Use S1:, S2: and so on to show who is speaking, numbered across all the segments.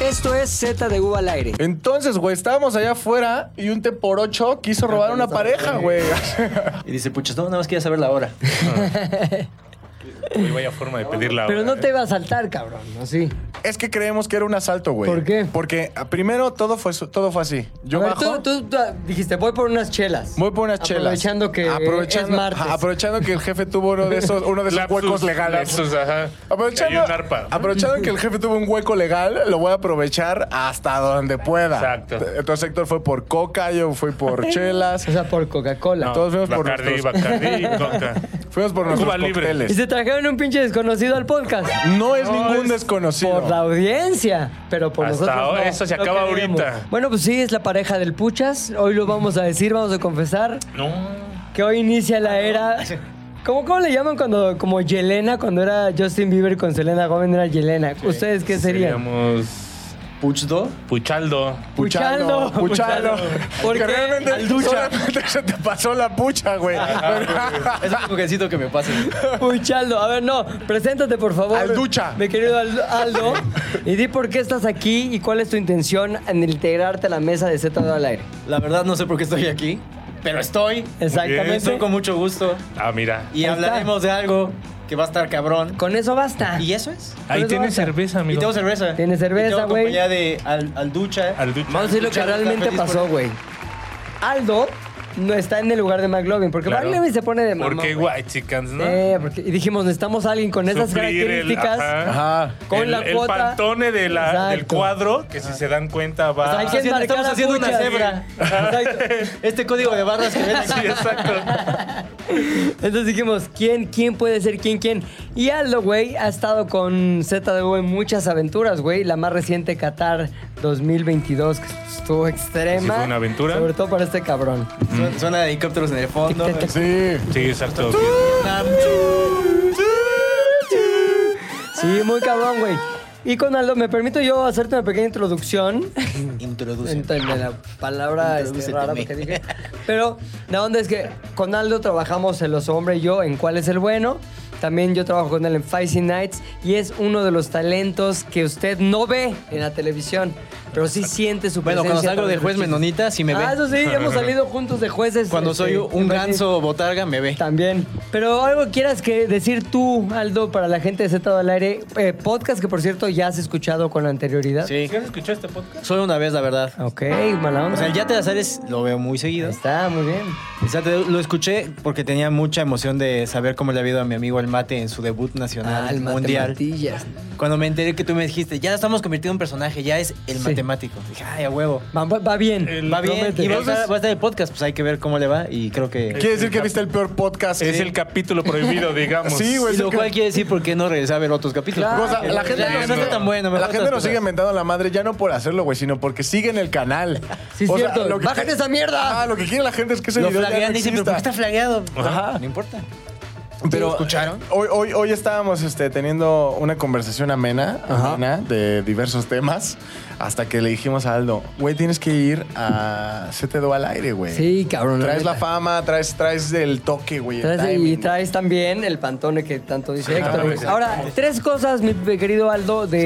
S1: Esto es Z de U al aire.
S2: Entonces, güey, estábamos allá afuera y un te por ocho quiso robar una pareja, güey.
S3: Y dice, puchas, no, nada más quería saber la hora.
S4: Uy, vaya forma de pedirla.
S5: Pero
S4: ahora,
S5: no
S4: ¿eh?
S5: te iba a saltar, cabrón, así.
S2: Es que creemos que era un asalto, güey.
S5: ¿Por qué?
S2: Porque ah, primero todo fue, su- todo fue así. Yo
S5: A ver,
S2: bajo.
S5: tú, tú, tú, ah, dijiste, voy por unas chelas.
S2: Voy por unas chelas.
S5: Aprovechando que es martes.
S2: ajá, aprovechando que el jefe tuvo uno de esos, uno de esos
S4: Lapsus,
S2: huecos legales.
S4: lapsus, ajá.
S2: Aprovechando, Ah,
S4: Cayó un arpa.
S2: aprovechando que el jefe tuvo un hueco legal, lo voy a aprovechar hasta donde pueda.
S4: Exacto.
S2: Entonces Héctor fue por coca, yo fui por chelas.
S5: O sea, por Coca-Cola.
S2: todos fuimos por
S4: Bacardí,
S2: nuestros-
S4: Bacardí, Coca.
S2: Fuimos por nuestros
S4: Cuba Libre.
S2: cócteles.
S5: Y se trajeron un pinche desconocido al podcast.
S2: No es
S4: No,
S2: ningún
S4: es
S2: desconocido.
S5: Por la audiencia, pero por
S4: Hasta
S5: nosotros.
S4: ahora,
S5: no.
S4: eso se
S5: No
S4: acaba
S5: queremos.
S4: ahorita.
S5: Bueno, pues sí, es la pareja del Puchas. Hoy lo vamos a decir, vamos a confesar
S4: No.
S5: que hoy inicia la era. ¿Cómo, cómo le llaman cuando, como Yelena, cuando era Justin Bieber con Selena Gómez, era Yelena? ¿Ustedes qué serían?
S4: Seríamos
S3: Puchdo.
S4: Puchaldo.
S2: Puchalo, puchalo.
S5: Puchalo. ¿Por
S2: Porque
S5: qué?
S2: realmente
S5: Al ducha.
S2: solamente se te pasó la pucha, güey.
S3: Ah, Es un coquecito que me pasa.
S5: Puchaldo, a ver, no, preséntate por favor.
S2: Al ducha.
S5: Mi querido Al- Aldo, y di por qué estás aquí y cuál es tu intención en integrarte a la mesa de Z al aire.
S3: La verdad no sé por qué estoy aquí, pero estoy.
S5: Exactamente.
S3: Estoy con mucho gusto.
S4: Ah, mira.
S3: Y
S5: Ahí está.
S3: hablaremos de algo que va a estar cabrón.
S5: Con eso basta.
S3: Y eso es.
S4: Ahí
S5: Pero
S4: tienes
S5: basta.
S4: cerveza,
S3: Y
S4: amigo.
S3: tengo cerveza.
S5: Tienes cerveza,
S3: Y tengo
S5: güey.
S3: compañía de al, al ducha.
S4: Al ducha.
S5: Vamos a decir lo que
S3: Escuchar,
S5: realmente
S3: estar feliz
S5: pasó,
S3: por-
S5: güey. Aldo no está en el lugar de McLovin, porque
S4: Claro.
S5: McLovin se pone de mamón.
S4: Porque
S5: güey.
S4: guay, chicas, ¿no?
S5: Eh, porque- y dijimos, necesitamos a alguien con esas
S4: Suplir el-
S5: características.
S4: ajá.
S2: Ajá.
S5: Con
S4: el,
S5: la
S4: el
S5: cuota.
S4: pantone de la- del
S5: Exacto. Ah.
S4: cuadro, que si se dan cuenta va.
S5: Hay que
S3: haciendo-
S5: enmarcar
S3: estamos
S5: a
S3: haciendo una
S5: Puchas.
S3: cebra.
S5: Exacto.
S3: Este código de barras que ven
S4: Sí,
S3: aquí.
S4: exacto.
S5: Entonces dijimos, ¿quién, quién puede ser quién, quién? Y Aldo, güey, ha estado con ZDU en muchas aventuras, güey. La más reciente Qatar 2022, que estuvo extrema.
S4: Sí, fue una aventura.
S5: Sobre todo para este cabrón.
S3: Suena, suena helicópteros en el fondo.
S2: Sí.
S4: Sí, exacto.
S5: Sí, muy cabrón, güey. Y con Aldo, me permito yo hacerte una pequeña introducción.
S3: Introduce.
S5: Entiende la palabra este,
S3: Introdúcete,
S5: rara
S3: me.
S5: que dije. Pero la onda es que con Aldo trabajamos en Los Hombres y yo en Cuál es el Bueno. También yo trabajo con él en Feisty Nights y es uno de los talentos que usted no ve en la televisión, pero sí siente su
S3: Bueno,
S5: presencia.
S3: cuando
S5: a
S3: salgo
S5: través
S3: de juez
S5: los chistes.
S3: menonita, sí me ve.
S5: Ah, eso sí, hemos salido juntos de jueces.
S3: Cuando
S5: este,
S3: soy un
S5: en Feisty
S3: ganso botarga, me ve.
S5: también. Pero algo quieras que decir tú, Aldo, para la gente de Z al aire. eh, podcast que, por cierto, ya has escuchado con anterioridad.
S3: Sí.
S4: ¿Sí has escuchado este podcast?
S3: Solo una vez, la verdad.
S5: Ok, mala onda.
S3: O sea, el Yate de Azares lo veo muy seguido.
S5: Está muy bien.
S3: O sea, te- lo escuché porque tenía mucha emoción de saber cómo le ha ido a mi amigo el mate en su debut nacional
S5: Al
S3: mundial.
S5: Matematillas.
S3: Cuando me enteré que tú me dijiste, ya estamos convirtiendo en un personaje, ya es el
S5: Sí.
S3: matemático. Dije, ay, a huevo.
S5: Va, va- va bien.
S4: El-
S3: Va bien,
S5: promete.
S3: y va a, estar,
S4: Entonces-
S3: va a estar el podcast, pues hay que ver cómo le va y creo que...
S2: Quiere decir que viste el peor podcast.
S4: Es el capítulo prohibido, digamos.
S2: Sí, güey.
S3: Y lo cual quiere decir por qué no regresar a ver otros capítulos.
S2: O sea, la
S3: Ah, Ya,
S2: gente,
S3: no
S2: nos,
S3: está tan bueno. me
S2: la
S3: gustan
S2: gente
S3: otras
S2: nos sigue
S3: cosas.
S2: mentando la madre ya no por hacerlo, güey, sino porque siguen el canal.
S5: Sí, cierto. ¡Bájate esa mierda!
S2: Ah, lo que quiere la gente es que ese
S3: Lo
S2: video ya no
S3: flaguean, dicen, pero ¿por qué
S2: exista".
S3: está flagueado?
S2: Ajá.
S3: No importa.
S2: Pero eh,
S3: ¿Lo escucharon?
S2: Hoy, hoy, hoy estábamos este, teniendo una conversación amena, amena de diversos temas, hasta que le dijimos a Aldo, güey, tienes que ir a CTDO al aire, güey.
S5: Sí, cabrón.
S2: Traes la
S5: neta.
S2: fama, traes, traes el toque, güey. el
S5: Traes- y
S2: timing.
S5: traes también el pantone que tanto dice Héctor,
S4: claro,
S5: güey.
S4: sí.
S5: Ahora, tres cosas, mi querido Aldo, de,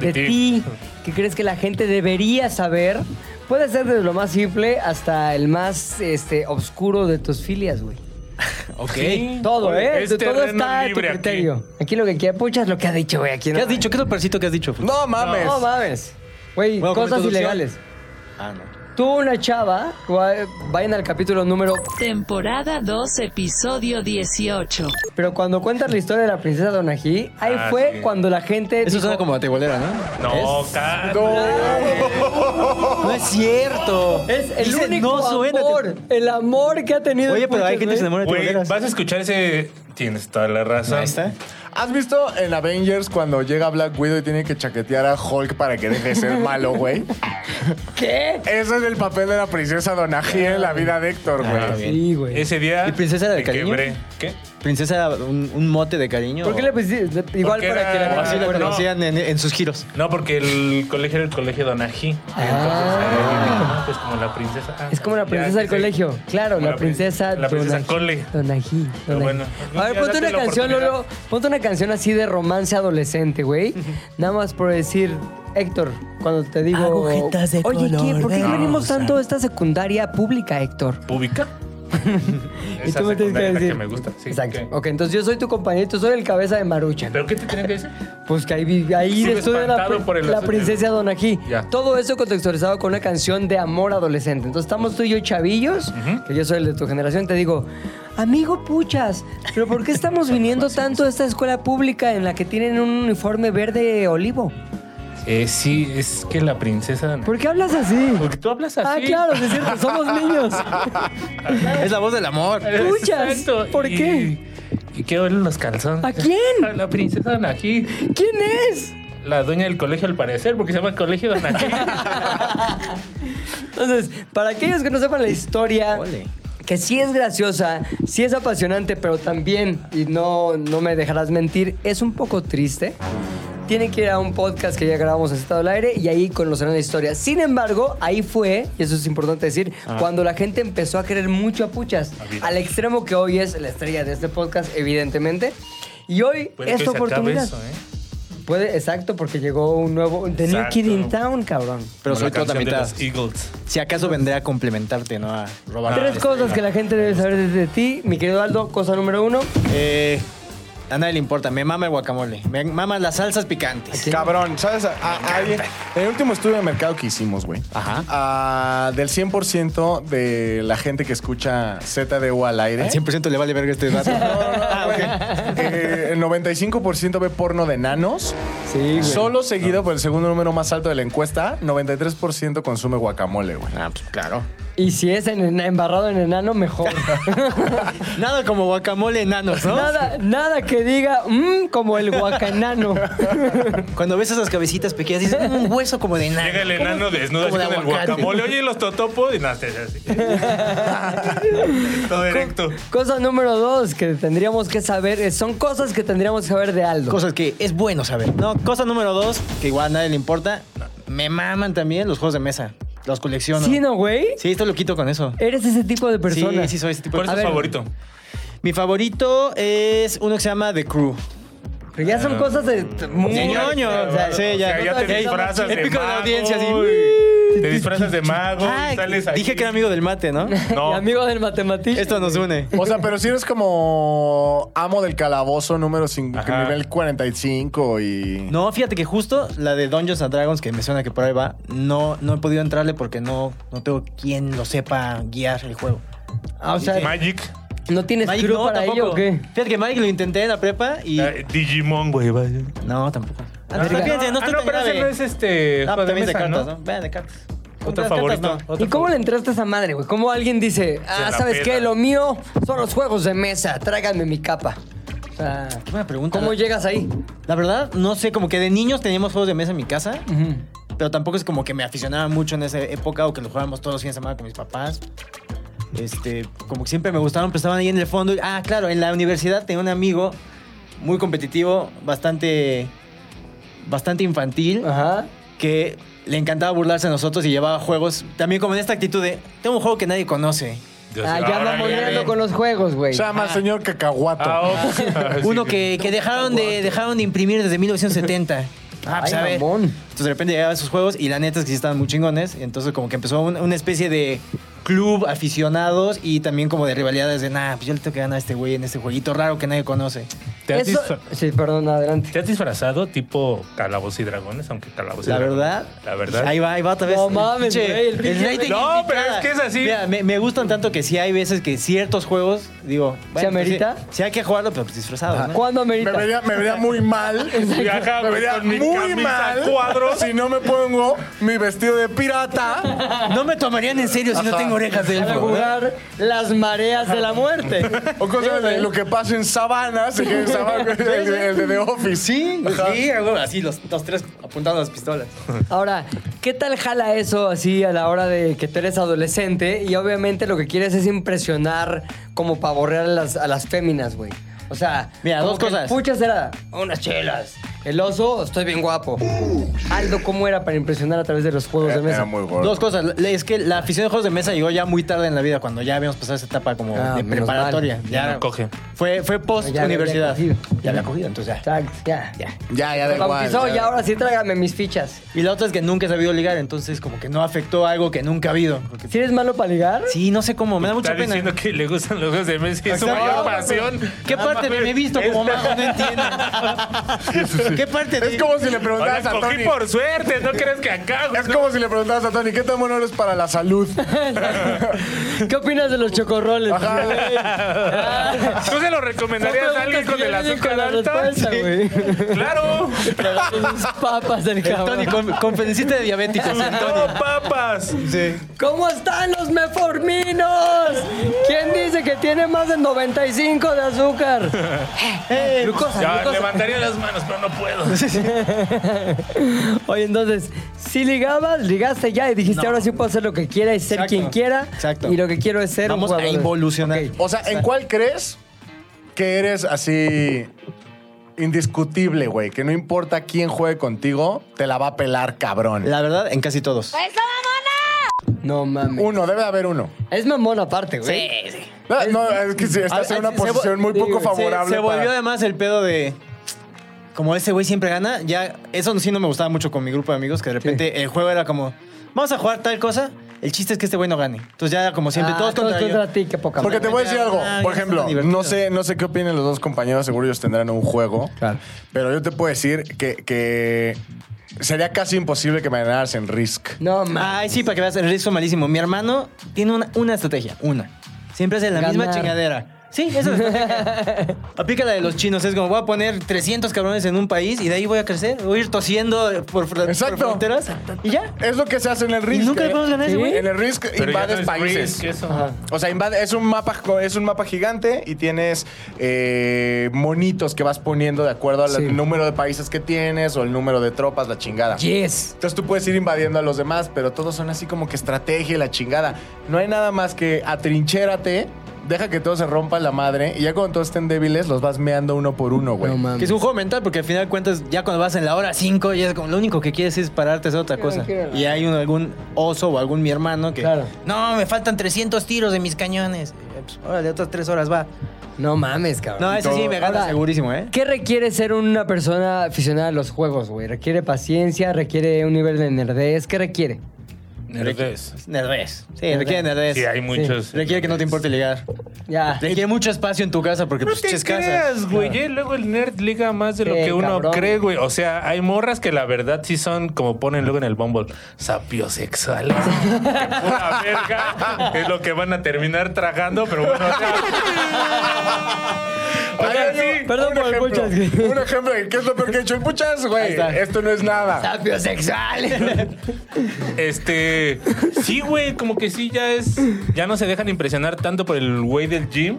S4: Sí,
S5: de
S4: de
S5: ti
S4: ti.
S5: que crees que la gente debería saber. Puede ser desde lo más simple hasta el más este, oscuro de tus filias, güey.
S3: Ok.
S4: Sí.
S5: Todo,
S4: Oye,
S5: ¿eh?
S4: es
S5: Todo
S4: terreno
S5: está a tu
S4: libre aquí.
S5: criterio. Aquí, lo que quieras, pucha, es lo que ha dicho, güey. Aquí
S3: ¿Qué has dicho? ¿Qué es lo percito que has dicho?
S2: No mames.
S5: No mames. Güey,
S3: Bueno, con
S5: cosas
S3: introducción.
S5: ilegales.
S3: Ah, no.
S5: Tuvo una chava, gua- vayan al capítulo número.
S6: Temporada 2, episodio 18.
S5: Pero cuando cuentas la historia de la princesa Donají, ahí
S4: Ah,
S5: fue
S4: sí.
S5: cuando la gente.
S3: Eso
S5: dijo,
S3: suena como tebolera, ¿no?
S4: No, cara.
S2: No.
S3: No es cierto.
S5: Es el
S3: Dice,
S5: único
S3: no suena.
S5: amor, el amor que ha tenido.
S3: Oye,
S5: el
S3: pero hay
S5: Puchas,
S3: gente que
S5: güey.
S3: se enamora de
S4: Güey,
S3: teoleras.
S4: vas a escuchar ese. Tienes toda la razón.
S3: Ahí está.
S2: ¿Has visto en Avengers cuando llega Black Widow y tiene que chaquetear a Hulk para que deje de ser malo, güey?
S5: ¿Qué?
S2: Ese es el papel de la princesa Donají en la vida de Héctor,
S3: Ah,
S2: güey.
S3: bien.
S5: Sí, güey.
S4: Ese día.
S3: ¿Y princesa de
S4: me
S3: cariño?
S4: quebré. ¿Qué?
S3: Princesa, un, un mote de cariño.
S5: ¿Por qué le pusiste? Igual
S4: Porque
S5: para que
S4: era-
S5: la
S3: O así la
S4: No.
S3: conocían en, en sus giros.
S4: No, porque el colegio era el colegio Donají. Entonces,
S5: Ah.
S4: eh, no, pues como la princesa. ah,
S5: Es como la
S4: ya,
S5: princesa del
S4: que sí.
S5: colegio. Claro,
S4: Como
S5: la princesa.
S4: La princesa
S5: Donají-
S4: Cole.
S5: Donají.
S4: Pero
S5: Donají.
S4: bueno,
S5: a ver,
S4: ya
S5: ponte
S4: date
S5: una
S4: la
S5: canción,
S4: oportunidad.
S5: Lolo. Ponte una canción así de romance adolescente, güey. Nada más por decir, Héctor, cuando te digo.
S7: Agujetas de
S5: Oye, ¿qué?
S7: color
S5: ¿por qué
S7: de
S5: venimos
S7: rosa".
S5: tanto a esta secundaria pública, Héctor?
S4: ¿Pública?
S5: Y
S4: Esa
S5: tú me tienes que
S4: secundaria es la
S5: decir.
S4: que me gusta. Sí,
S5: Exacto.
S4: ok.
S5: Ok, entonces yo soy tu compañero, tú soy el cabeza de Maruchan.
S4: ¿Pero qué te tienen que decir?
S5: Pues que ahí, vi- ahí
S4: Sigo
S5: estudia la,
S4: espantado
S5: pri-
S4: por el
S5: la
S4: asunto.
S5: princesa Donají.
S4: Ya.
S5: Todo eso contextualizado con una canción de amor adolescente. Entonces estamos tú y yo chavillos, que yo soy el de tu generación, te digo, amigo puchas, pero ¿por qué estamos viniendo tanto a esta escuela pública en la que tienen un uniforme verde olivo?
S4: Eh, sí, es que la princesa...
S5: ¿Por qué hablas así?
S4: Porque tú hablas así.
S5: Ah, claro, es cierto, somos niños.
S3: Es la voz del amor.
S5: Escuchas.
S4: Exacto.
S5: ¿Por
S4: Y-
S5: qué?
S4: Y quiero verle los calzones.
S5: ¿A quién?
S4: A la princesa Anají.
S5: ¿Quién es?
S4: La dueña del colegio, al parecer, porque se llama Colegio Anají.
S5: Entonces, para aquellos que no sepan la historia,
S3: Ole.
S5: que sí es graciosa, sí es apasionante, pero también, y no, no me dejarás mentir, es un poco triste. Tienen que ir a un podcast que ya grabamos a Estado al Aire y ahí conocerán la historia. Sin embargo, ahí fue, y eso es importante decir, cuando la gente empezó a querer mucho a Puchas,
S4: Ah. vida.
S5: al extremo que hoy es la estrella de este podcast, evidentemente. Y hoy
S4: Puede
S5: es tu
S4: Pues, que hoy se acabe
S5: oportunidad.
S4: eso, ¿eh?
S5: Puede, exacto, porque llegó un nuevo. The New
S4: Exacto.
S5: Kid in Town, cabrón.
S3: Pero
S4: Como
S3: soy
S4: la
S3: toda
S4: canción de
S3: mitad.
S4: los Eagles.
S3: Si acaso vendré a complementarte, ¿no? A robar.
S5: Tres cosas que la gente debe saber desde ti, mi querido Aldo. Cosa número uno.
S3: Eh, a nadie le importa. Me mama el guacamole. Me mama las salsas picantes.
S2: Cabrón, ¿sabes? A- a- alguien- en el último estudio de mercado que hicimos, güey,
S3: Ajá.
S2: ah, del 100% de la gente que escucha ZDU al aire,
S3: Al 100% le vale verga este vato. Ah, ok.
S2: eh, el 95% ve porno de nanos,
S5: Sí, güey.
S2: solo seguido por el segundo número más alto de la encuesta, 93% consume guacamole, güey.
S3: Ah, pues claro.
S5: Y si es en ena- embarrado en enano, mejor.
S3: Nada como guacamole enanos, ¿no?
S5: nada, nada que diga, mmm, como el guacanano.
S3: Cuando ves esas cabecitas pequeñas, dices, "Mm, un hueso como de enano.
S4: Llega el enano desnudo así
S3: como de
S4: con el
S3: aguacate.
S4: guacamole. Oye, ¿y los totopos. Y nada, te hace así. Todo directo.
S5: cosa número dos que tendríamos que saber, eh, son cosas que tendríamos que saber de Aldo.
S3: Cosas que es bueno saber. No, cosa número dos, que igual a nadie le importa. Me maman también los juegos de mesa. Los colecciono.
S5: ¿Sí, no, güey?
S3: Sí, estoy loquito con eso.
S5: Eres ese tipo de persona.
S3: Sí, sí, soy ese tipo
S4: ¿Cuál
S3: de
S4: es
S5: A
S4: tu
S5: ver.
S4: favorito?
S3: Mi favorito es uno que se llama The Crew.
S5: Pero ya
S3: Ah.
S5: son cosas de t- muy
S4: Sí, ya-
S3: ñoño.
S4: o sea,
S3: Sí,
S4: ya,
S3: ya.
S4: ya te
S3: Ey,
S4: disfrazas de
S3: épico de la
S4: mago,
S3: audiencia, así.
S4: y- Te disfrazas de mago.
S3: Ah,
S4: y sales ahí.
S3: dije que era amigo del mate, ¿no?
S5: Y
S4: No.
S5: amigo del matematista.
S3: Esto nos une.
S2: O sea, pero si eres como amo del calabozo número 5,
S4: Ajá.
S2: nivel 45 y...
S3: No, fíjate que justo la de Dungeons and Dragons, que me suena que por ahí va, no, no he podido entrarle porque no, no tengo quien lo sepa guiar el juego.
S5: Ah, o sea,
S4: Magic.
S5: ¿no tienes
S3: Magic
S5: crew
S3: no,
S5: para
S3: tampoco.
S5: ello o qué?
S3: Fíjate que Magic lo intenté en la prepa y...
S4: eh, Digimon, güey. va.
S3: No, tampoco. Ah,
S5: verga.
S3: fíjate, no
S4: Ah,
S3: estoy
S4: no,
S3: tan
S4: pero ese
S3: grave.
S4: no es este.
S3: Ah,
S4: juego
S3: también es de
S4: mesa,
S3: cartas, ¿no? Vean, de cartas.
S4: Otro
S3: Las cartas,
S4: favorito.
S3: no.
S5: ¿Y cómo le entraste a esa madre, güey? ¿Cómo alguien dice, ah,
S4: la
S5: sabes qué?
S4: pela.
S5: Lo mío son los juegos de mesa, tráiganme mi capa. O sea,
S3: Qué buena pregunta.
S5: ¿cómo
S3: La-
S5: llegas ahí?
S3: La verdad, no sé, como que de niños teníamos juegos de mesa en mi casa, pero tampoco es como que me aficionaba mucho en esa época o que lo jugábamos todos los fines de semana con mis papás. Este, como que siempre me gustaron, pero estaban ahí en el fondo. Y- Ah, claro, en la universidad tenía un amigo muy competitivo, bastante, bastante infantil,
S5: Ajá.
S3: que le encantaba burlarse de nosotros y llevaba juegos. También como en esta actitud de, tengo un juego que nadie conoce.
S4: Dios,
S5: Ah, ya
S4: ahora
S5: va
S4: ven.
S5: moneando con los juegos, güey.
S2: Llama al señor cacahuato.
S4: Ah, ok. Ah, sí,
S3: Uno que, que dejaron, de, dejaron de imprimir desde 1970. Ah, pues
S5: Ay,
S3: a ver.
S5: mamón.
S3: Entonces de repente llegaban sus juegos y la neta es que sí estaban muy chingones. Entonces como que empezó un- una especie de club aficionados y también como de rivalidades de, nah, pues yo le tengo que ganar a este güey en este jueguito raro que nadie conoce.
S4: ¿Te has,
S5: Eso-
S4: disfra-
S5: Sí, perdón, adelante.
S4: te has disfrazado tipo calabozos y dragones? Aunque calabozos y
S3: La
S4: dragones.
S3: verdad.
S4: La verdad.
S3: Ahí va, ahí va otra vez.
S5: No mames,
S3: Che,
S5: güey, el
S3: el
S5: pinche-
S3: rating
S4: No,
S3: indicada.
S4: pero es que es así.
S3: Mira, me, me gustan tanto que sí hay veces que ciertos juegos, digo... pues sí-
S5: amerita?
S3: Sí hay que jugarlo, pero pues disfrazado, ¿no?
S5: ¿Cuándo
S2: Me
S5: amerita?
S2: vería, me vería muy mal. me
S4: Viaja, güey,
S2: vería
S4: con mi
S2: muy
S4: camisa
S2: mal
S4: cuadros.
S2: si no me pongo mi vestido de pirata.
S3: No me tomarían en serio si no
S2: Ajá.
S3: tengo orejas de
S5: Para
S3: elfo, ¿no?
S5: jugar las mareas de la muerte.
S2: O cosas de lo que pasa en sabanas, y que en sabana- el, de- el de The Office.
S3: Sí,
S5: Pues
S2: Ajá.
S3: sí, güey, así los, los tres apuntando las pistolas.
S5: Ahora, ¿qué tal jala eso así a la hora de que tú eres adolescente y obviamente lo que quieres es impresionar como para borrar a las, a las féminas, güey? O sea,
S3: Mira,
S5: como
S3: dos
S5: que
S3: cosas.
S5: Puchas era unas chelas. El oso, estoy bien guapo. Aldo, ¿cómo era para impresionar a través de los juegos
S2: Era,
S5: de mesa?
S2: era muy gordo.
S3: Pues Dos cosas. La- Es que la afición de juegos de mesa llegó ya muy tarde en la vida, cuando ya habíamos pasado esa etapa como
S5: Ah,
S3: de
S5: menos
S3: preparatoria.
S5: mal.
S4: Ya no coge.
S3: Fue,
S5: Ya
S3: fue
S5: había
S3: post-universidad.
S5: cogido.
S3: Ya había cogido, entonces ya.
S5: Exacto, ya, ya.
S2: Ya, ya da igual.
S5: Bautizó
S2: ya.
S5: y ahora sí tráigame mis fichas.
S3: Y la otra es que nunca he sabido ligar, entonces como que no afectó algo que nunca ha habido. Porque-
S5: ¿Si eres malo para ligar?
S3: Sí, no sé cómo, me da mucha
S4: Está
S3: pena.
S4: diciendo que le gustan los juegos de mesa y es su
S3: Exacto. No,
S4: mayor pasión.
S3: ¿Qué
S4: No
S3: parte de
S4: mames, Este,
S3: me he visto como mago? No entiendo. ¿Qué parte de
S2: Es como si le
S4: Ahora
S2: preguntaras a
S4: cogí
S2: Tony.
S4: por suerte, ¿no crees que acá? güey?
S2: Es como si le preguntaras a Tony, ¿qué tan bueno eres para la salud?
S5: ¿Qué opinas de los chocorroles?
S4: ¿Tú se lo recomendarías a alguien con el azúcar alta?
S5: Sí.
S4: Claro,
S5: Sus papas del cabrón.
S3: Tony, con- conferencista de diabéticos.
S4: todo papas.
S5: ¿Cómo están los meforminos? ¿Quién dice que tiene más de 95 de azúcar? Eh, glucosa,
S4: Ya,
S5: glucosa.
S4: levantaría las manos, pero no puedo.
S5: Oye, entonces, si ligabas, ligaste ya y dijiste ahora sí puedo hacer lo que quiera y ser
S3: Exacto.
S5: quien quiera.
S3: Exacto.
S5: Y lo que quiero es ser
S3: Vamos
S5: un
S3: a
S5: jugador.
S3: involucionar.
S5: Ok.
S2: O sea, ¿en cuál crees que eres así indiscutible, güey? Que no importa quién juegue contigo, te la va a pelar, cabrón.
S3: La verdad, en casi todos.
S5: No mames.
S2: Uno, debe de haber uno.
S5: Es mamón aparte, güey.
S2: No, no, es que sí, estás
S3: Ah,
S2: en una
S3: se- se vo-
S2: posición muy poco
S5: digo, se-
S3: Se,
S2: favorable.
S3: se volvió
S2: para-
S3: además el pedo de. Como ese güey siempre gana, ya. Eso sí no me gustaba mucho con mi grupo de amigos, que de repente el juego era como. Vamos a jugar tal cosa. El chiste es que este güey no gane. Entonces ya era como siempre,
S5: Ah,
S3: todos contra, yo.
S5: ti, qué poca
S2: Porque
S5: madre.
S2: te voy a decir algo.
S3: Ah,
S2: Por
S3: ya está
S2: ejemplo,
S3: tan divertido.
S2: no sé, no sé qué opinen los dos compañeros, seguro ellos tendrán un juego.
S5: Claro.
S2: Pero yo te puedo decir que, que sería casi imposible que me ganaras en Risk.
S5: No mames.
S3: Ay, sí, para que veas, el riesgo es malísimo. Mi hermano tiene una, una estrategia, una. Siempre hace la misma
S5: Ganar.
S3: chingadera. Ah, Sí, esa es la estrategia. Aplica la de los chinos. Es como, voy a poner 300 cabrones en un país y de ahí voy a crecer. Voy a ir tosiendo por, fr- por
S2: Exacto.
S3: fronteras y ya.
S2: Es lo que se hace en el
S3: Y
S2: Risk.
S3: nunca le
S2: ¿eh?
S3: podemos ganar a ese güey.
S2: En el Risk
S4: Pero ya no
S2: invades
S4: es
S2: países.
S4: risk, eso.
S2: O sea, invade- es, un mapa, co- es un mapa gigante y tienes eh, monitos que vas poniendo de acuerdo al
S5: Sí.
S2: número de países que tienes o el número de tropas, la chingada.
S5: Yes.
S2: Entonces tú puedes ir invadiendo a los demás, pero todos son así como que estrategia y la chingada. No hay nada más que atrinchérate, deja que todo se rompa la madre y ya cuando todos estén débiles los vas meando uno por uno, güey.
S5: No
S3: Que
S5: mames.
S3: es un juego mental, porque al final de cuentas, ya cuando vas en la hora 5, ya es como lo único que quieres es pararte a hacer otra cosa.
S5: quiero-
S3: Y hay un- algún oso o algún mi hermano que.
S5: Claro.
S3: No, me faltan 300 tiros de mis cañones. Eh, pues, órale, otras 3 horas va.
S5: No mames, cabrón.
S3: No, ese sí me gana
S5: Ahora,
S3: segurísimo, ¿eh?
S5: ¿Qué requiere ser una persona aficionada a los juegos, güey? ¿Requiere paciencia? ¿Requiere un nivel de nerdez? ¿Qué requiere?
S4: Nerdes.
S3: Nerdez. Sí, requiere nerdez.
S4: Sí, hay muchos.
S3: Requiere que no te importe ligar.
S5: Ya.
S3: Requiere mucho espacio en tu casa porque
S4: No
S3: pues,
S4: te
S3: es casa.
S4: creas, güey. eh, Luego el nerd liga más de lo
S5: Sí,
S4: que uno
S5: cabrón.
S4: cree, güey. O sea, hay morras que la verdad sí son, como ponen luego en el Bumble, sapiosexuales. Que pura verga es lo que van a terminar tragando, pero bueno, o sea... O sea,
S2: Oigan,
S4: sí,
S5: Perdón
S2: un
S5: por el
S2: ejemplo,
S5: puchas, güey.
S2: Un ejemplo de qué es lo peor que he hecho. El puchas, güey.
S3: está.
S2: Esto no es nada.
S5: Sapio sexual.
S4: Este, sí, güey, como que sí ya es, ya no se dejan impresionar tanto por el güey del gym.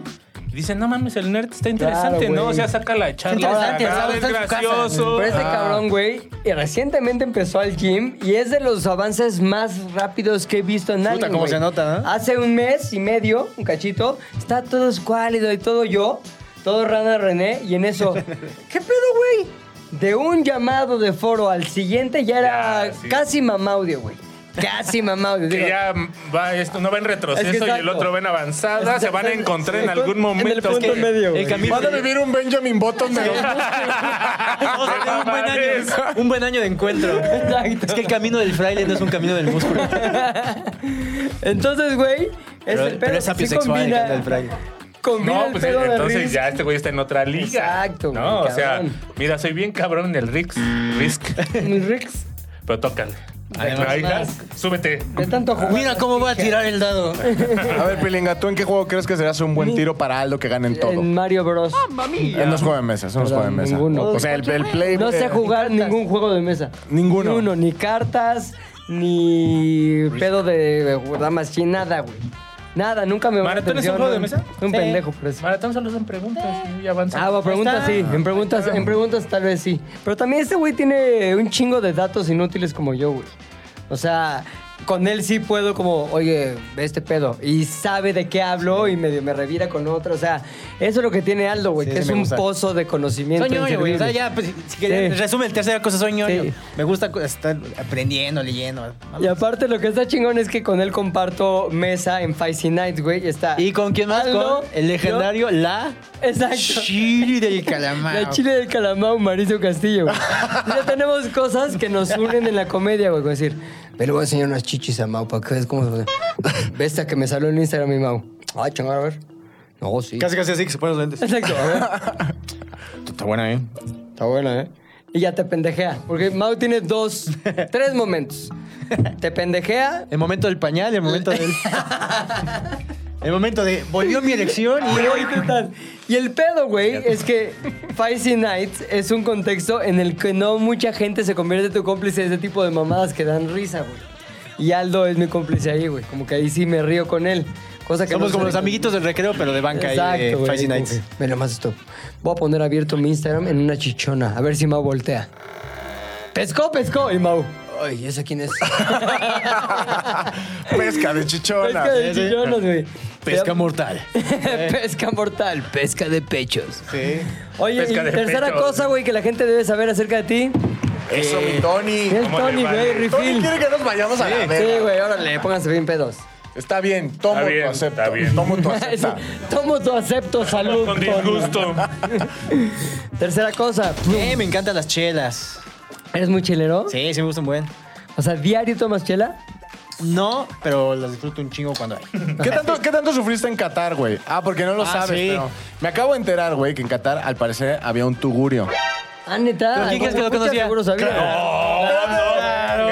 S4: Dicen, no mames, el nerd está interesante,
S5: Claro,
S4: ¿no?
S5: güey.
S4: O sea, saca la charla,
S5: interesante,
S4: saca,
S5: ¿sabes?
S4: es
S5: Está en su casa.
S4: gracioso.
S5: Pero este
S4: Ah.
S5: cabrón, güey, y recientemente empezó al gym y es de los avances más rápidos que he visto en alguien,
S3: cómo
S5: güey.
S3: se nota, ¿no?
S5: Hace un mes y medio, un cachito, está todo escuálido y todo yo, todo Rana René, y en eso, ¿qué pedo, güey? De un llamado de foro al siguiente ya era
S4: Ya, sí.
S5: casi mamaudio, güey. Casi mamaudio.
S4: Que
S5: digo.
S4: ya va esto, no va en retroceso
S5: Es que
S4: y el
S5: exacto.
S4: otro va en avanzada,
S5: Exacto,
S4: se van a encontrar en algún
S5: En el
S4: momento.
S5: punto medio, güey.
S3: Pues, El camino.
S2: Van a vivir un Benjamin Button de los
S3: Vamos a tener un buen año de- un buen año de encuentro.
S5: Exacto.
S3: Es que el camino del fraile no es un camino del músculo.
S5: Entonces, güey,
S3: Pero,
S5: ese pedo
S3: pero es
S5: sí
S3: sapiosexual el
S5: combina-
S3: camino del fraile.
S5: Combina
S4: No,
S5: el
S4: pues
S5: pedo de
S4: entonces
S5: Riz.
S4: ya este güey está en otra liga.
S5: Exacto, güey,
S4: No, o sea,
S5: cabrón.
S4: mira, soy bien cabrón en el Risk, Risk
S5: Mis Ricks,
S4: pero tócale.
S3: Además,
S4: Ahí
S3: más.
S4: vas, súbete.
S5: de tanto jugar.
S3: Ah, Mira cómo voy a tirar el dado.
S2: A ver, Pilinga, ¿tú en qué juego crees que serás un buen tiro para Aldo que gane en todo?
S5: En Mario Bros.
S4: Ah,
S2: En los juegos de mesa, son los
S5: Perdón,
S2: juegos de mesa.
S5: ninguno.
S2: O sea, el, el play.
S5: No sé
S2: eh,
S5: jugar ningún juego de mesa.
S2: Ninguno.
S5: Ni uno, ni cartas, ni pedo de damas sin nada, güey. Nada, nunca me va
S4: ¿Maratón es un juego de mesa?
S5: Un
S3: Sí.
S5: pendejo, por eso.
S4: Maratón solo son preguntas y avanza.
S5: Ah, bueno, preguntas
S3: Ahí
S5: sí,
S3: está.
S5: en preguntas, en preguntas tal vez sí. Pero también este güey tiene un chingo de datos inútiles como yo, güey. O sea, con él sí puedo como, oye, ve este pedo. Y sabe de qué hablo y medio me revira con otro. O sea, eso es lo que tiene Aldo, güey,
S3: Sí,
S5: que
S3: sí
S5: es
S3: me
S5: un
S3: gusta.
S5: pozo de conocimiento.
S3: Soy ñoño, güey. O sea,
S5: inservible.
S3: ya, pues, si quería-
S5: Sí.
S3: resume el tercera cosa, soy ñoño.
S5: Sí.
S3: Me gusta cu- estar aprendiendo, leyendo.
S5: Y aparte lo que está chingón es que con él comparto mesa en Feisty Nights, güey. Está
S3: ¿Y con quién más?
S5: Aldo,
S3: con el legendario La
S5: Exacto.
S3: Chili del Calamar.
S5: La chile del calamao, Mauricio Castillo, güey. ya tenemos cosas que nos unen en la comedia, güey. Como decir, me le voy a enseñar unas chichis a Mau para que veas cómo se hace. Ve esta que me salió en Instagram, mi Mau. Ay, chingada, a ver. No, sí.
S3: Casi, casi así que se ponen los lentes.
S5: Exacto, a ver.
S2: Está buena, ¿eh?
S5: Está buena, ¿eh? Y ya te pendejea. Porque Mau tiene dos, tres momentos. Te pendejea.
S3: El momento del pañal, el momento del. el momento de. Volvió mi elección y hoy.
S5: Y el pedo, güey, es que Feisty Nights es un contexto en el que no mucha gente se convierte en tu cómplice de ese tipo de mamadas que dan risa, güey. Y Aldo es mi cómplice ahí, güey. Como que ahí sí me río con él. Cosa que
S3: Somos
S5: no
S3: como
S5: se-
S3: los amiguitos del recreo, pero de banca
S5: Exacto,
S3: y de
S5: güey.
S3: Fancy
S5: Como
S3: Nights.
S5: que, Mira más esto. Voy a poner abierto mi Instagram en una chichona. A ver si Mau voltea. Pescó, pescó. Y Mau. Ay, ¿esa quién es?
S2: Pesca de chichona.
S5: Pesca de chichonas, güey.
S3: Pesca mortal.
S5: pesca mortal, pesca de pechos.
S3: Sí.
S5: Oye,
S4: Pesca
S5: y
S4: de
S5: tercera
S4: pechos.
S5: cosa, güey, que la gente debe saber acerca de ti.
S2: Eso, mi Tony.
S5: Es
S4: ¿cómo le
S5: Tony,
S4: vale?
S5: güey,
S2: Tony
S5: refill.
S2: quiere que nos vayamos a la verga.
S5: Sí, güey, órale, pónganse bien pedos.
S2: Está bien, tomo
S4: Está bien,
S2: tu acepto.
S4: está bien.
S2: Tomo tu
S5: Sí,
S2: acepta.
S5: Tomo tu acepto, salud.
S4: Con
S5: Tony.
S4: disgusto.
S5: Tercera cosa,
S3: Eh, me encantan las chelas.
S5: ¿eres muy chelero?
S3: Sí, sí me gustan buen.
S5: O sea, ¿diario tomas chela?
S3: No, pero las disfruto un chingo cuando hay.
S2: ¿Qué tanto, qué tanto sufriste en Qatar, güey? Ah, porque no lo
S3: Ah,
S2: sabes,
S3: sí.
S2: pero me acabo de enterar, güey, que en Qatar al parecer había un tugurio.
S5: Ah, neta.
S3: ¿Pero quién crees que lo
S5: Pucha,
S3: conocía?
S5: Seguro sabía.
S4: Oh, no.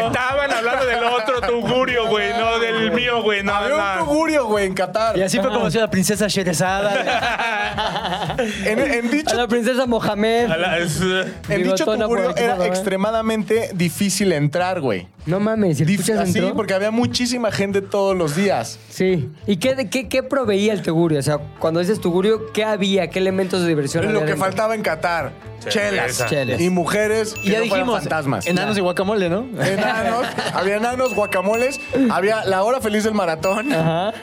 S4: Estaban hablando del otro tugurio, güey, no del mío, güey, no,
S2: había un
S4: no.
S2: tugurio, güey, en Qatar.
S3: Y así fue como nació la princesa Sherezada.
S2: En, en
S5: A
S2: dicho,
S5: la princesa Mohamed.
S4: A la- es, eh,
S2: en dicho
S5: bigotona por
S2: tugurio
S5: aquí, por
S2: era
S5: acá.
S2: extremadamente difícil entrar, güey.
S5: No mames, ¿y el
S2: Dif-
S5: puchas
S2: Así,
S5: entró?
S2: porque había muchísima gente todos los días.
S5: Sí. ¿Y qué, qué, qué proveía el tugurio? O sea, cuando dices tugurio, ¿qué había? ¿Qué elementos de diversión
S2: Es
S5: había
S2: lo que
S5: dentro?
S2: faltaba en Qatar. Chelas.
S4: Cerveza.
S5: Chelas.
S2: Y mujeres que
S3: Y ya
S2: no fueran
S3: dijimos,
S2: fantasmas.
S3: enanos y guacamole, ¿no?
S2: Enanos, había enanos, guacamoles, había la hora feliz del maratón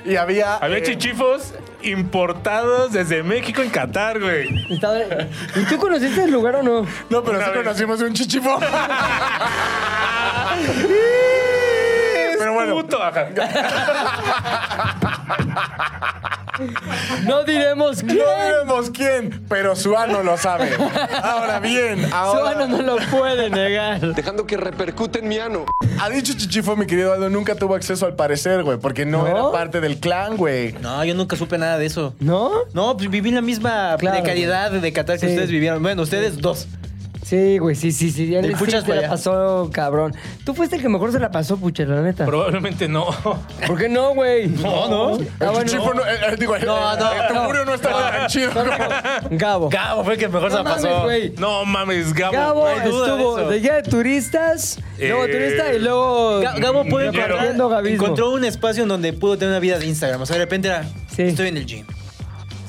S2: y había...
S4: Había
S2: eh,
S4: chichifos importados desde México en Qatar, güey.
S5: Estaba- ¿Y tú conociste el lugar o no?
S2: No, pero
S4: Una
S2: sí
S4: vez.
S2: conocimos un chichifo.
S4: Pero
S2: Pero bueno.
S4: Puto, ajá.
S5: No diremos quién.
S2: No sabemos quién, pero Suano lo sabe. Ahora bien, ahora...
S5: Suano no lo puede negar.
S7: dejando que repercute en mi ano.
S2: Ha dicho Chichifo, mi querido Aldo, nunca tuvo acceso al parecer, güey, porque no,
S5: ¿No?
S2: era parte del clan, güey.
S3: No, yo nunca supe nada de eso.
S5: ¿No?
S3: No, pues viví la misma
S5: Claro.
S3: precariedad de Qatar que
S5: Sí.
S3: ustedes vivieron. Bueno, ustedes dos.
S5: Sí, güey, sí, sí, sí. Ya
S3: Del
S5: sí
S3: Puchas
S5: se la
S3: para allá.
S5: pasó, cabrón. Tú fuiste el que mejor se la pasó, pucha, la neta.
S4: Probablemente no.
S5: ¿Por qué no, güey? No, no. Ah,
S2: El Chichifo no... eh, eh, digo,
S3: Ah, No,
S2: eh,
S3: no,
S2: el
S5: no.
S2: Tugurio no estaba tan chido.
S5: Gabo.
S3: Cabo fue el que mejor se
S5: No
S3: la pasó.
S5: mames, güey.
S4: No mames, Gabo.
S5: Gabo
S4: güey.
S3: no hay duda de
S5: estuvo
S3: eso.
S5: de guía de turistas, luego
S4: Eh,
S5: turista y luego.
S3: Ga- Gabo pudo
S4: Dinero.
S3: encontrar,
S5: Repartiendo gabismo.
S3: encontró un espacio en donde pudo tener una vida de Instagram. O sea, de repente era,
S5: Sí.
S3: estoy en el gym.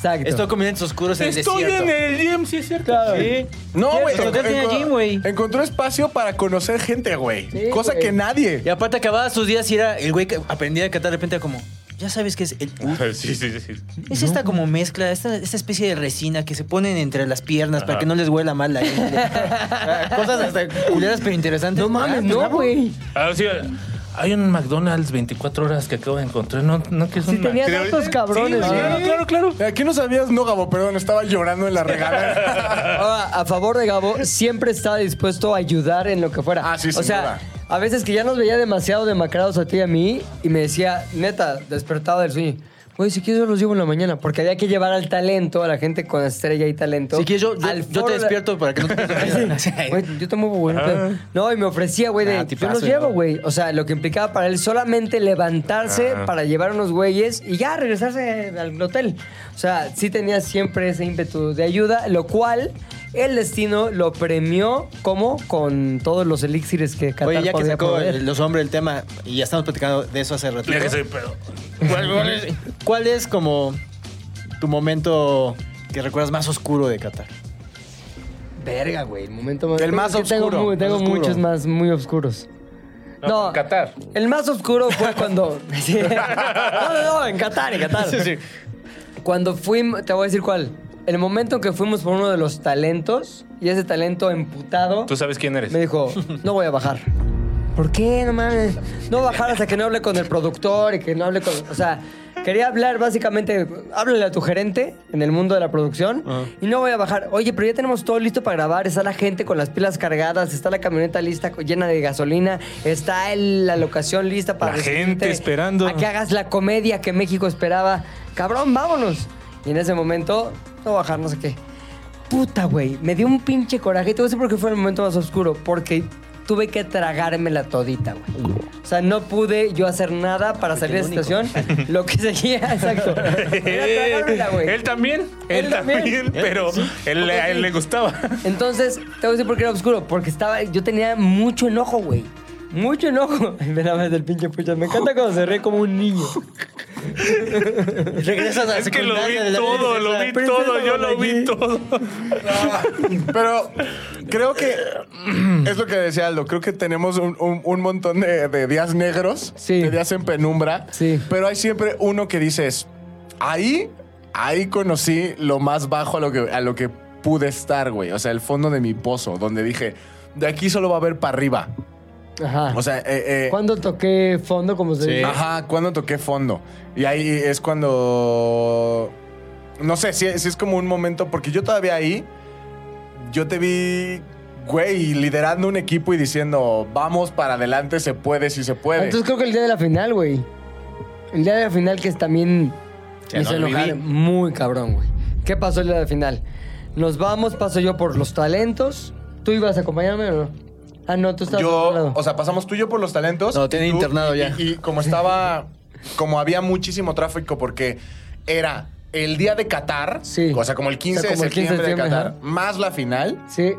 S5: Exacto.
S3: Estoy con lentes oscuros en el
S4: Estoy
S3: desierto.
S4: en el gym, sí es cierto.
S5: Claro.
S4: Sí.
S2: No, güey.
S3: Cierto,
S2: enco-
S3: que tenía
S2: enco-
S3: gym, güey.
S2: Encontró espacio para conocer gente, güey.
S5: Sí,
S2: Cosa
S5: güey.
S2: que nadie.
S3: Y aparte acababa sus días y era el güey que aprendía de Qatar. De repente era como, ya sabes qué es el ut.
S4: Sí, sí, sí.
S3: Es esta como mezcla, esta, esta especie de resina que se ponen entre las piernas para que no les huela mal la ingle. Ah, Cosas hasta culeras pero interesantes. Ah,
S5: No mames, no, güey.
S4: Ah, sí, Hay un McDonald's 24 horas que acabo de encontrar. No, no que es
S5: Si
S4: un
S5: tenías
S4: Mac-
S5: datos cabrones,
S4: Sí,
S5: güey.
S4: claro, claro, claro.
S2: Eh, Aquí no sabías, no, Gabo, perdón, estaba llorando en la regadera.
S5: Ahora, Ah, a favor de Gabo, siempre estaba dispuesto a ayudar en lo que fuera.
S2: Ah, sí,
S5: O
S2: sin
S5: sea,
S2: duda.
S5: a veces que ya nos veía demasiado demacrados a ti y a mí, y me decía, neta, despertado del sueño. Güey, si quieres yo los llevo en la mañana, porque había que llevar al talento, a la gente con estrella y talento.
S3: Si quieres, yo, yo-
S5: al
S3: yo
S5: foro
S3: te
S5: de-
S3: despierto para que no te
S5: Güey, yo tomo güey. no pedo. No, y me ofrecía, güey, de,
S3: Ah,
S5: yo
S3: tipazo,
S5: los llevo,
S3: ¿no?
S5: güey. O sea, lo que implicaba para él solamente levantarse para llevar unos güeyes y ya regresarse al hotel. O sea, sí tenía siempre ese ímpetu de ayuda, lo cual el destino lo premió como con todos los elixires que Qatar
S3: Oye, ya que
S5: podía
S3: sacó
S5: proveer.
S3: el- los hombres el tema y ya estamos platicando de eso hace ratito.
S4: Ya que soy pedo.
S3: ¿Cuál, cuál es, cuál es como tu momento que recuerdas más oscuro de Qatar?
S5: Verga, güey, el momento más...
S2: El más
S5: Es que tengo
S2: oscuro,
S5: mu-
S2: más
S5: Tengo,
S2: oscuro.
S5: muchos más muy oscuros.
S4: No, en Qatar.
S5: El más oscuro fue cuando. Sí. No, no, no, en Qatar, en Qatar. Cuando fuimos, te voy a decir cuál. El momento en que fuimos por uno de los talentos y ese talento emputado
S4: Tú sabes quién eres.
S5: me dijo, no voy a bajar. ¿Por qué? No mames. No voy a bajar hasta que no hable con el productor y que no hable con... O sea, quería hablar básicamente, háblale a tu gerente en el mundo de la producción y no voy a bajar. Oye, pero ya tenemos todo listo para grabar. Está la gente con las pilas cargadas, está la camioneta lista co- llena de gasolina, está el- la locación lista para...
S4: La
S5: recibirte,
S4: gente esperando.
S5: A que hagas la comedia que México esperaba. Cabrón, vámonos. Y en ese momento, no bajar, no sé qué. Puta, güey. Me dio un pinche coraje. Y Te voy a decir por qué fue el momento más oscuro. Porque tuve que tragármela todita, güey. O sea, no pude yo hacer nada para salir de la situación. Lo que seguía, exacto. Era tragármela, güey.
S4: él también, él,
S5: Él
S4: también,
S5: también.
S4: pero él, a él le gustaba.
S5: Entonces, te voy a decir por qué era oscuro. Porque estaba, yo tenía mucho enojo, güey. Mucho enojo. Ay, Mira más del pinche pucha. Me encanta cuando se ríe como un niño.
S3: Regresas a la
S4: Es que lo vi
S3: secundaria de la
S4: todo, lo vi
S3: princesa.
S4: todo, yo lo
S5: Bonagí.
S4: vi todo.
S2: Pero creo que es lo que decía Aldo. Creo que tenemos un, un- un montón de, de días negros,
S5: Sí.
S2: de días en penumbra.
S5: Sí.
S2: Pero hay siempre uno que dices, ahí, ahí conocí lo más bajo a lo que, a lo que pude estar, güey. O sea, el fondo de mi pozo, donde dije, de aquí solo va a haber para arriba.
S5: Ajá.
S2: O sea, eh, eh,
S5: ¿Cuándo toqué fondo como se
S3: Sí.
S5: dice?
S2: Ajá, cuando toqué fondo. Y ahí es cuando. No sé, si, es como un momento, porque yo todavía ahí, yo te vi, güey, liderando un equipo y diciendo, vamos para adelante, se puede, si se puede.
S5: Entonces creo que el día de la final, güey. El día de la final que es también
S3: Ya
S5: me hizo
S3: lo
S5: enojar
S3: viví.
S5: muy cabrón, güey. ¿Qué pasó el día de la final? Nos vamos, paso yo por los talentos. ¿Tú ibas a acompañarme o no? Ah, no, tú estabas a otro
S2: yo,
S5: lado.
S2: o sea, pasamos tú y yo por los talentos.
S3: No, tiene
S2: Tú-
S3: internado
S2: y-
S3: ya.
S2: Y, y como estaba, como había muchísimo tráfico, porque era el día de Qatar,
S5: Sí.
S2: o sea, como el 15,
S5: O sea, como
S2: de,
S5: el 15 de
S2: septiembre de
S5: septiembre,
S2: Qatar, más la final,
S5: Sí,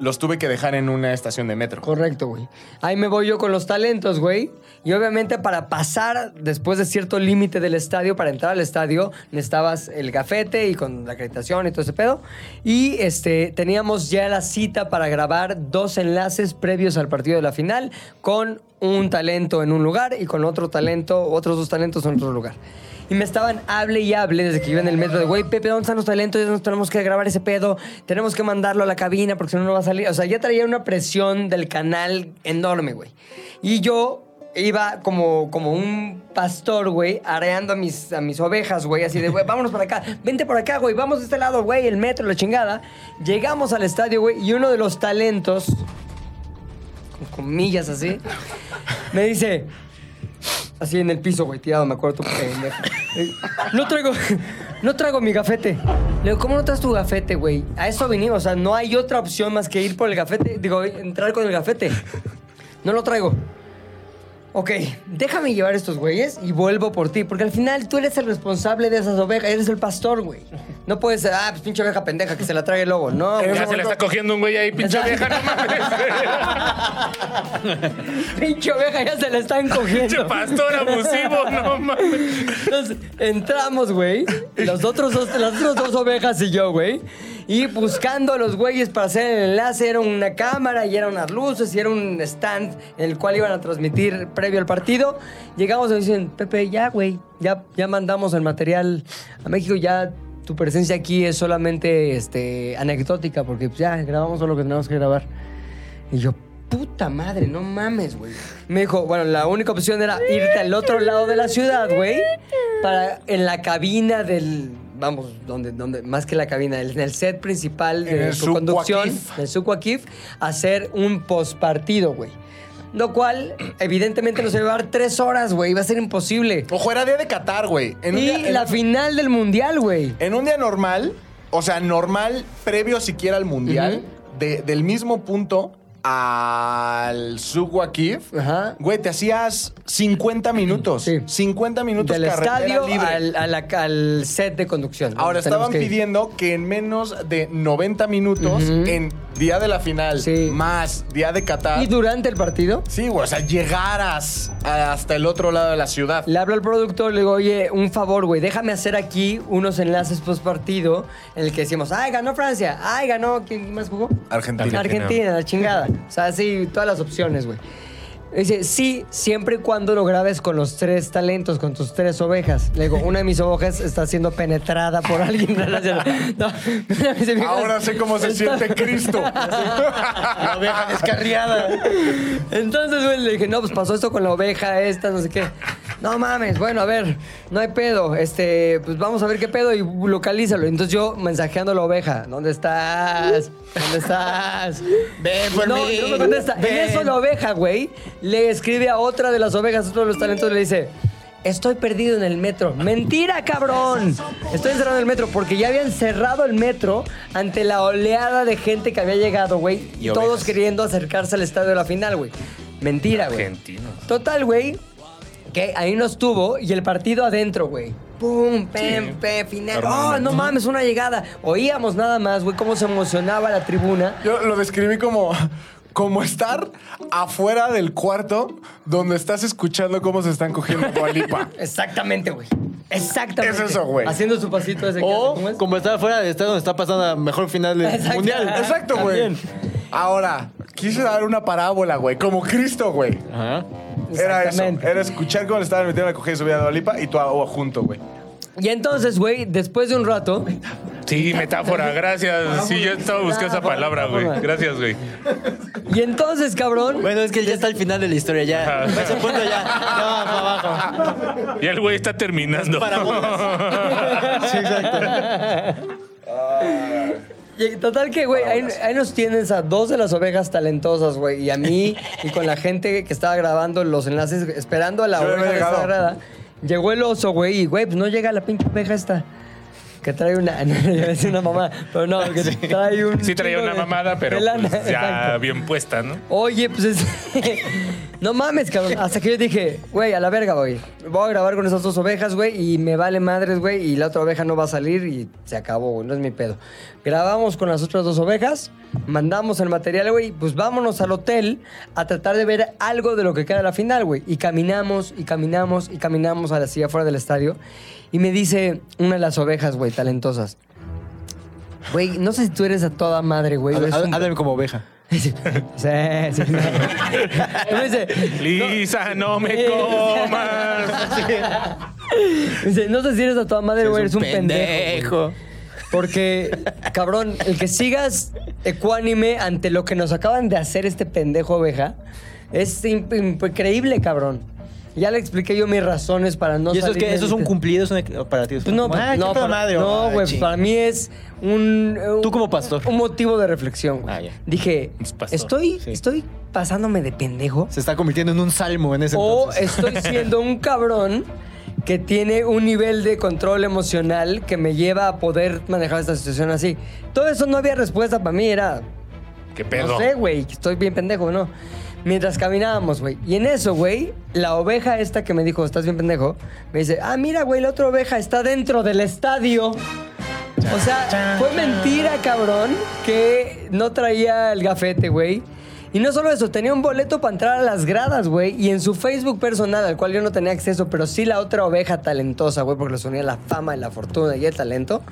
S2: los tuve que dejar en una estación de metro.
S5: correcto, güey. Ahí me voy yo con los talentos, güey. Y obviamente para pasar después de cierto límite del estadio, para entrar al estadio, necesitabas el gafete y con la acreditación y todo ese pedo. Y este, teníamos ya la cita para grabar dos enlaces previos al partido de la final con un talento en un lugar y con otro talento, otros dos talentos en otro lugar. Y me estaban hable y hable desde que iba en el metro de, güey, Pepe, ¿dónde están los talentos? Ya nos tenemos que grabar ese pedo, tenemos que mandarlo a la cabina porque si no, no va a salir. O sea, ya traía una presión del canal enorme, güey. Y yo iba como, como un pastor, güey, areando a mis, a mis ovejas, güey, así de, güey, vámonos para acá, vente por acá, güey, vamos de este lado, güey, el metro, la chingada. Llegamos al estadio, güey, y uno de los talentos, con comillas así, me dice, así en el piso, güey, tirado, me acuerdo. pendejo. Eh, No traigo, no traigo mi gafete. Le digo, ¿cómo no traes tu gafete, güey? A eso vinimos, o sea, no hay otra opción más que ir por el gafete, digo, entrar con el gafete. No lo traigo. Ok, déjame llevar estos güeyes y vuelvo por ti, porque al final tú eres el responsable de esas ovejas, eres el pastor, güey. No puedes ser, ah, pues pinche oveja pendeja que se la trae el lobo. No, güey.
S4: Ya se la está cogiendo un güey ahí, pinche vieja, no mames.
S5: pinche oveja ya se la están
S4: Pinche
S5: cogiendo.
S4: pastor abusivo, no mames.
S5: Entonces, entramos, güey. Los otros dos, las otras dos ovejas y yo, güey. Y buscando a los güeyes para hacer el enlace, era una cámara y eran unas luces y era un stand en el cual iban a transmitir previo al partido. Llegamos y nos dicen, Pepe, ya, güey, ya, ya mandamos el material a México, ya tu presencia aquí es solamente este, anecdótica, porque pues, ya grabamos todo lo que tenemos que grabar. Y yo, puta madre, no mames, güey. Me dijo, bueno, la única opción era irte al otro lado de la ciudad, güey, para en la cabina del, vamos, donde, donde, más que la cabina, en el set principal
S2: En
S5: de
S2: el
S5: su conducción,
S2: Sucuakif.
S5: del Sucuakif, hacer un postpartido, güey. Lo cual, evidentemente, nos iba a llevar tres horas, güey. Iba a ser imposible.
S2: Ojo, era día de Qatar, güey. En un
S5: Y
S2: día- en-
S5: la final del mundial, güey.
S2: En un día normal, o sea, normal, previo siquiera al mundial, de- del mismo punto al Suguakif,
S5: Ajá.
S2: güey, te hacías 50 minutos.
S5: Sí.
S2: 50 minutos
S5: Del
S2: carretera
S5: estadio
S2: libre.
S5: al, a la- al set de conducción.
S2: Ahora,
S5: donde tenemos
S2: estaban
S5: que ir.
S2: pidiendo que en menos de 90 minutos,
S5: Ujú.
S2: en día de la final,
S5: Sí.
S2: más día de Qatar.
S5: Y durante el partido,
S2: Sí, güey, o sea, llegaras a- hasta el otro lado de la ciudad.
S5: Le hablo al productor, le digo, oye, un favor, güey, déjame hacer aquí unos enlaces post partido en el que decimos, ay, ganó Francia, ay, ganó, ¿quién más jugó?
S2: Argentina.
S5: Argentina, la chingada. O sea, sí, todas las opciones, güey. Dice, sí, siempre y cuando lo grabes con los tres talentos, con tus tres ovejas. Le digo, una de mis ovejas está siendo penetrada por alguien. No, no es cierto. No, una de mis ovejas
S2: Ahora sé cómo se
S5: está-
S2: siente Cristo.
S3: La oveja descarriada.
S5: Entonces, güey, le dije, no, pues pasó esto con la oveja esta, no sé qué. No mames, bueno, a ver, no hay pedo. Este, pues vamos a ver qué pedo y localízalo. Entonces yo mensajeando a la oveja, ¿dónde estás? ¿Dónde estás?
S3: Ven por
S5: no,
S3: mí.
S5: No me contesta.
S3: Pues Ven.
S5: En eso la oveja, güey, le escribe a otra de las ovejas, otro de los talentos, le dice. Estoy perdido en el metro. Mentira, cabrón. Estoy encerrado en el metro porque ya habían cerrado el metro ante la oleada de gente que había llegado, güey.
S8: Y
S5: Y todos
S8: ovejas.
S5: queriendo acercarse al estadio de la final, güey. Mentira, güey.
S4: Argentinos.
S5: Total, güey, que ahí no estuvo y el partido adentro, güey. Pum, pem, pem, final. Oh, no mames, una llegada. Oíamos nada más, güey, cómo se emocionaba la tribuna.
S2: Yo lo describí como, como estar afuera del cuarto donde estás escuchando cómo se están cogiendo tu alipa.
S5: Exactamente, güey. Exactamente.
S2: Es eso, güey.
S5: Haciendo su pasito ese que hace, ¿cómo
S3: O
S5: es?
S3: como está afuera de estar donde está pasando la mejor final del
S5: Exacto.
S3: mundial.
S2: Exacto, güey.
S3: También.
S2: Ahora, quise dar una parábola, güey. Como Cristo, güey.
S3: Ajá.
S2: Era eso.
S5: Exactamente.
S2: Era escuchar cómo le estaban metiendo la cogida y subida de Dualipa y tu agua junto, güey.
S5: Y entonces, güey, después de un rato,
S4: Sí, metáfora,
S5: Ah,
S4: gracias. Sí, yo estaba buscando esa palabra, güey. Gracias, güey.
S5: y entonces, cabrón,
S3: Bueno, es que ya está el final de la historia, ya. A ese punto ya. Ya va para abajo.
S4: Y el güey está terminando.
S3: Sí, exacto.
S5: y total que, güey, ahí, ahí nos tienes a dos de las ovejas talentosas, güey, y a mí, y con la gente que estaba grabando los enlaces, esperando a la
S2: Yo había
S5: oveja
S2: llegado.
S5: desagrada. Llegó el oso, güey, y, güey, pues no llega la pinche oveja esta. Que trae una. No, iba a decir una mamá, pero no, que trae un.
S4: Sí traía
S5: chingo
S4: una
S5: de-
S4: mamada, pero
S5: de lana.
S4: pues,
S5: Exacto.
S4: ya bien puesta, ¿no?
S5: Oye, pues es... No mames, cabrón. Hasta que yo dije, güey, a la verga, güey. Voy a grabar con esas dos ovejas, güey, y me vale madres, güey, y la otra oveja no va a salir y se acabó, güey. No es mi pedo. Grabamos con las otras dos ovejas, mandamos el material, güey, pues vámonos al hotel a tratar de ver algo de lo que queda de la final, güey. Y caminamos, y caminamos, y caminamos a la silla afuera del estadio. Y me dice una de las ovejas, güey, talentosas. Güey, no sé si tú eres a toda madre, güey. o eres un-
S3: Háblame como oveja.
S5: Sí, sí. sí. Y me dice,
S4: Lisa, no me comas.
S5: me dice, no sé si eres a toda madre o eres un pendejo. güey".
S3: pendejo.
S5: Porque, cabrón, el que sigas ecuánime ante lo que nos acaban de hacer este pendejo oveja es imp- imp- increíble, cabrón. Ya le expliqué yo mis razones para no
S3: ¿Y eso es
S5: salirme
S3: que eso es
S5: de
S3: un
S5: este-
S3: cumplido? ¿Es una- para ti? es
S5: Pues no,
S3: como,
S5: pa-
S3: "Ay, Ah, qué
S5: no,
S3: toda
S5: para-
S3: madre,
S5: no,
S3: mamá,
S5: güey,
S3: ching".
S5: para mí es un, eh, un-
S3: Tú como pastor.
S5: un motivo de reflexión. güey.
S3: Ah, ya.
S5: Dije,
S4: Es pastor,
S5: estoy,
S3: sí.
S5: estoy pasándome de pendejo.
S3: Se está convirtiendo en un salmo en ese
S5: O
S3: entonces.
S5: estoy siendo un cabrón que tiene un nivel de control emocional que me lleva a poder manejar esta situación así. Todo eso no había respuesta para mí, era,
S4: ¿Qué pedo?
S5: no sé, güey, que estoy bien pendejo, ¿no? Mientras caminábamos, güey. Y en eso, güey, la oveja esta que me dijo, estás bien pendejo, me dice, ah, mira, güey, la otra oveja está dentro del estadio. O sea, fue mentira, cabrón, que no traía el gafete, güey. Y no solo eso, tenía un boleto para entrar a las gradas, güey. Y en su Facebook personal, al cual yo no tenía acceso, pero sí la otra oveja talentosa, güey, porque les unía la fama y la fortuna y el talento,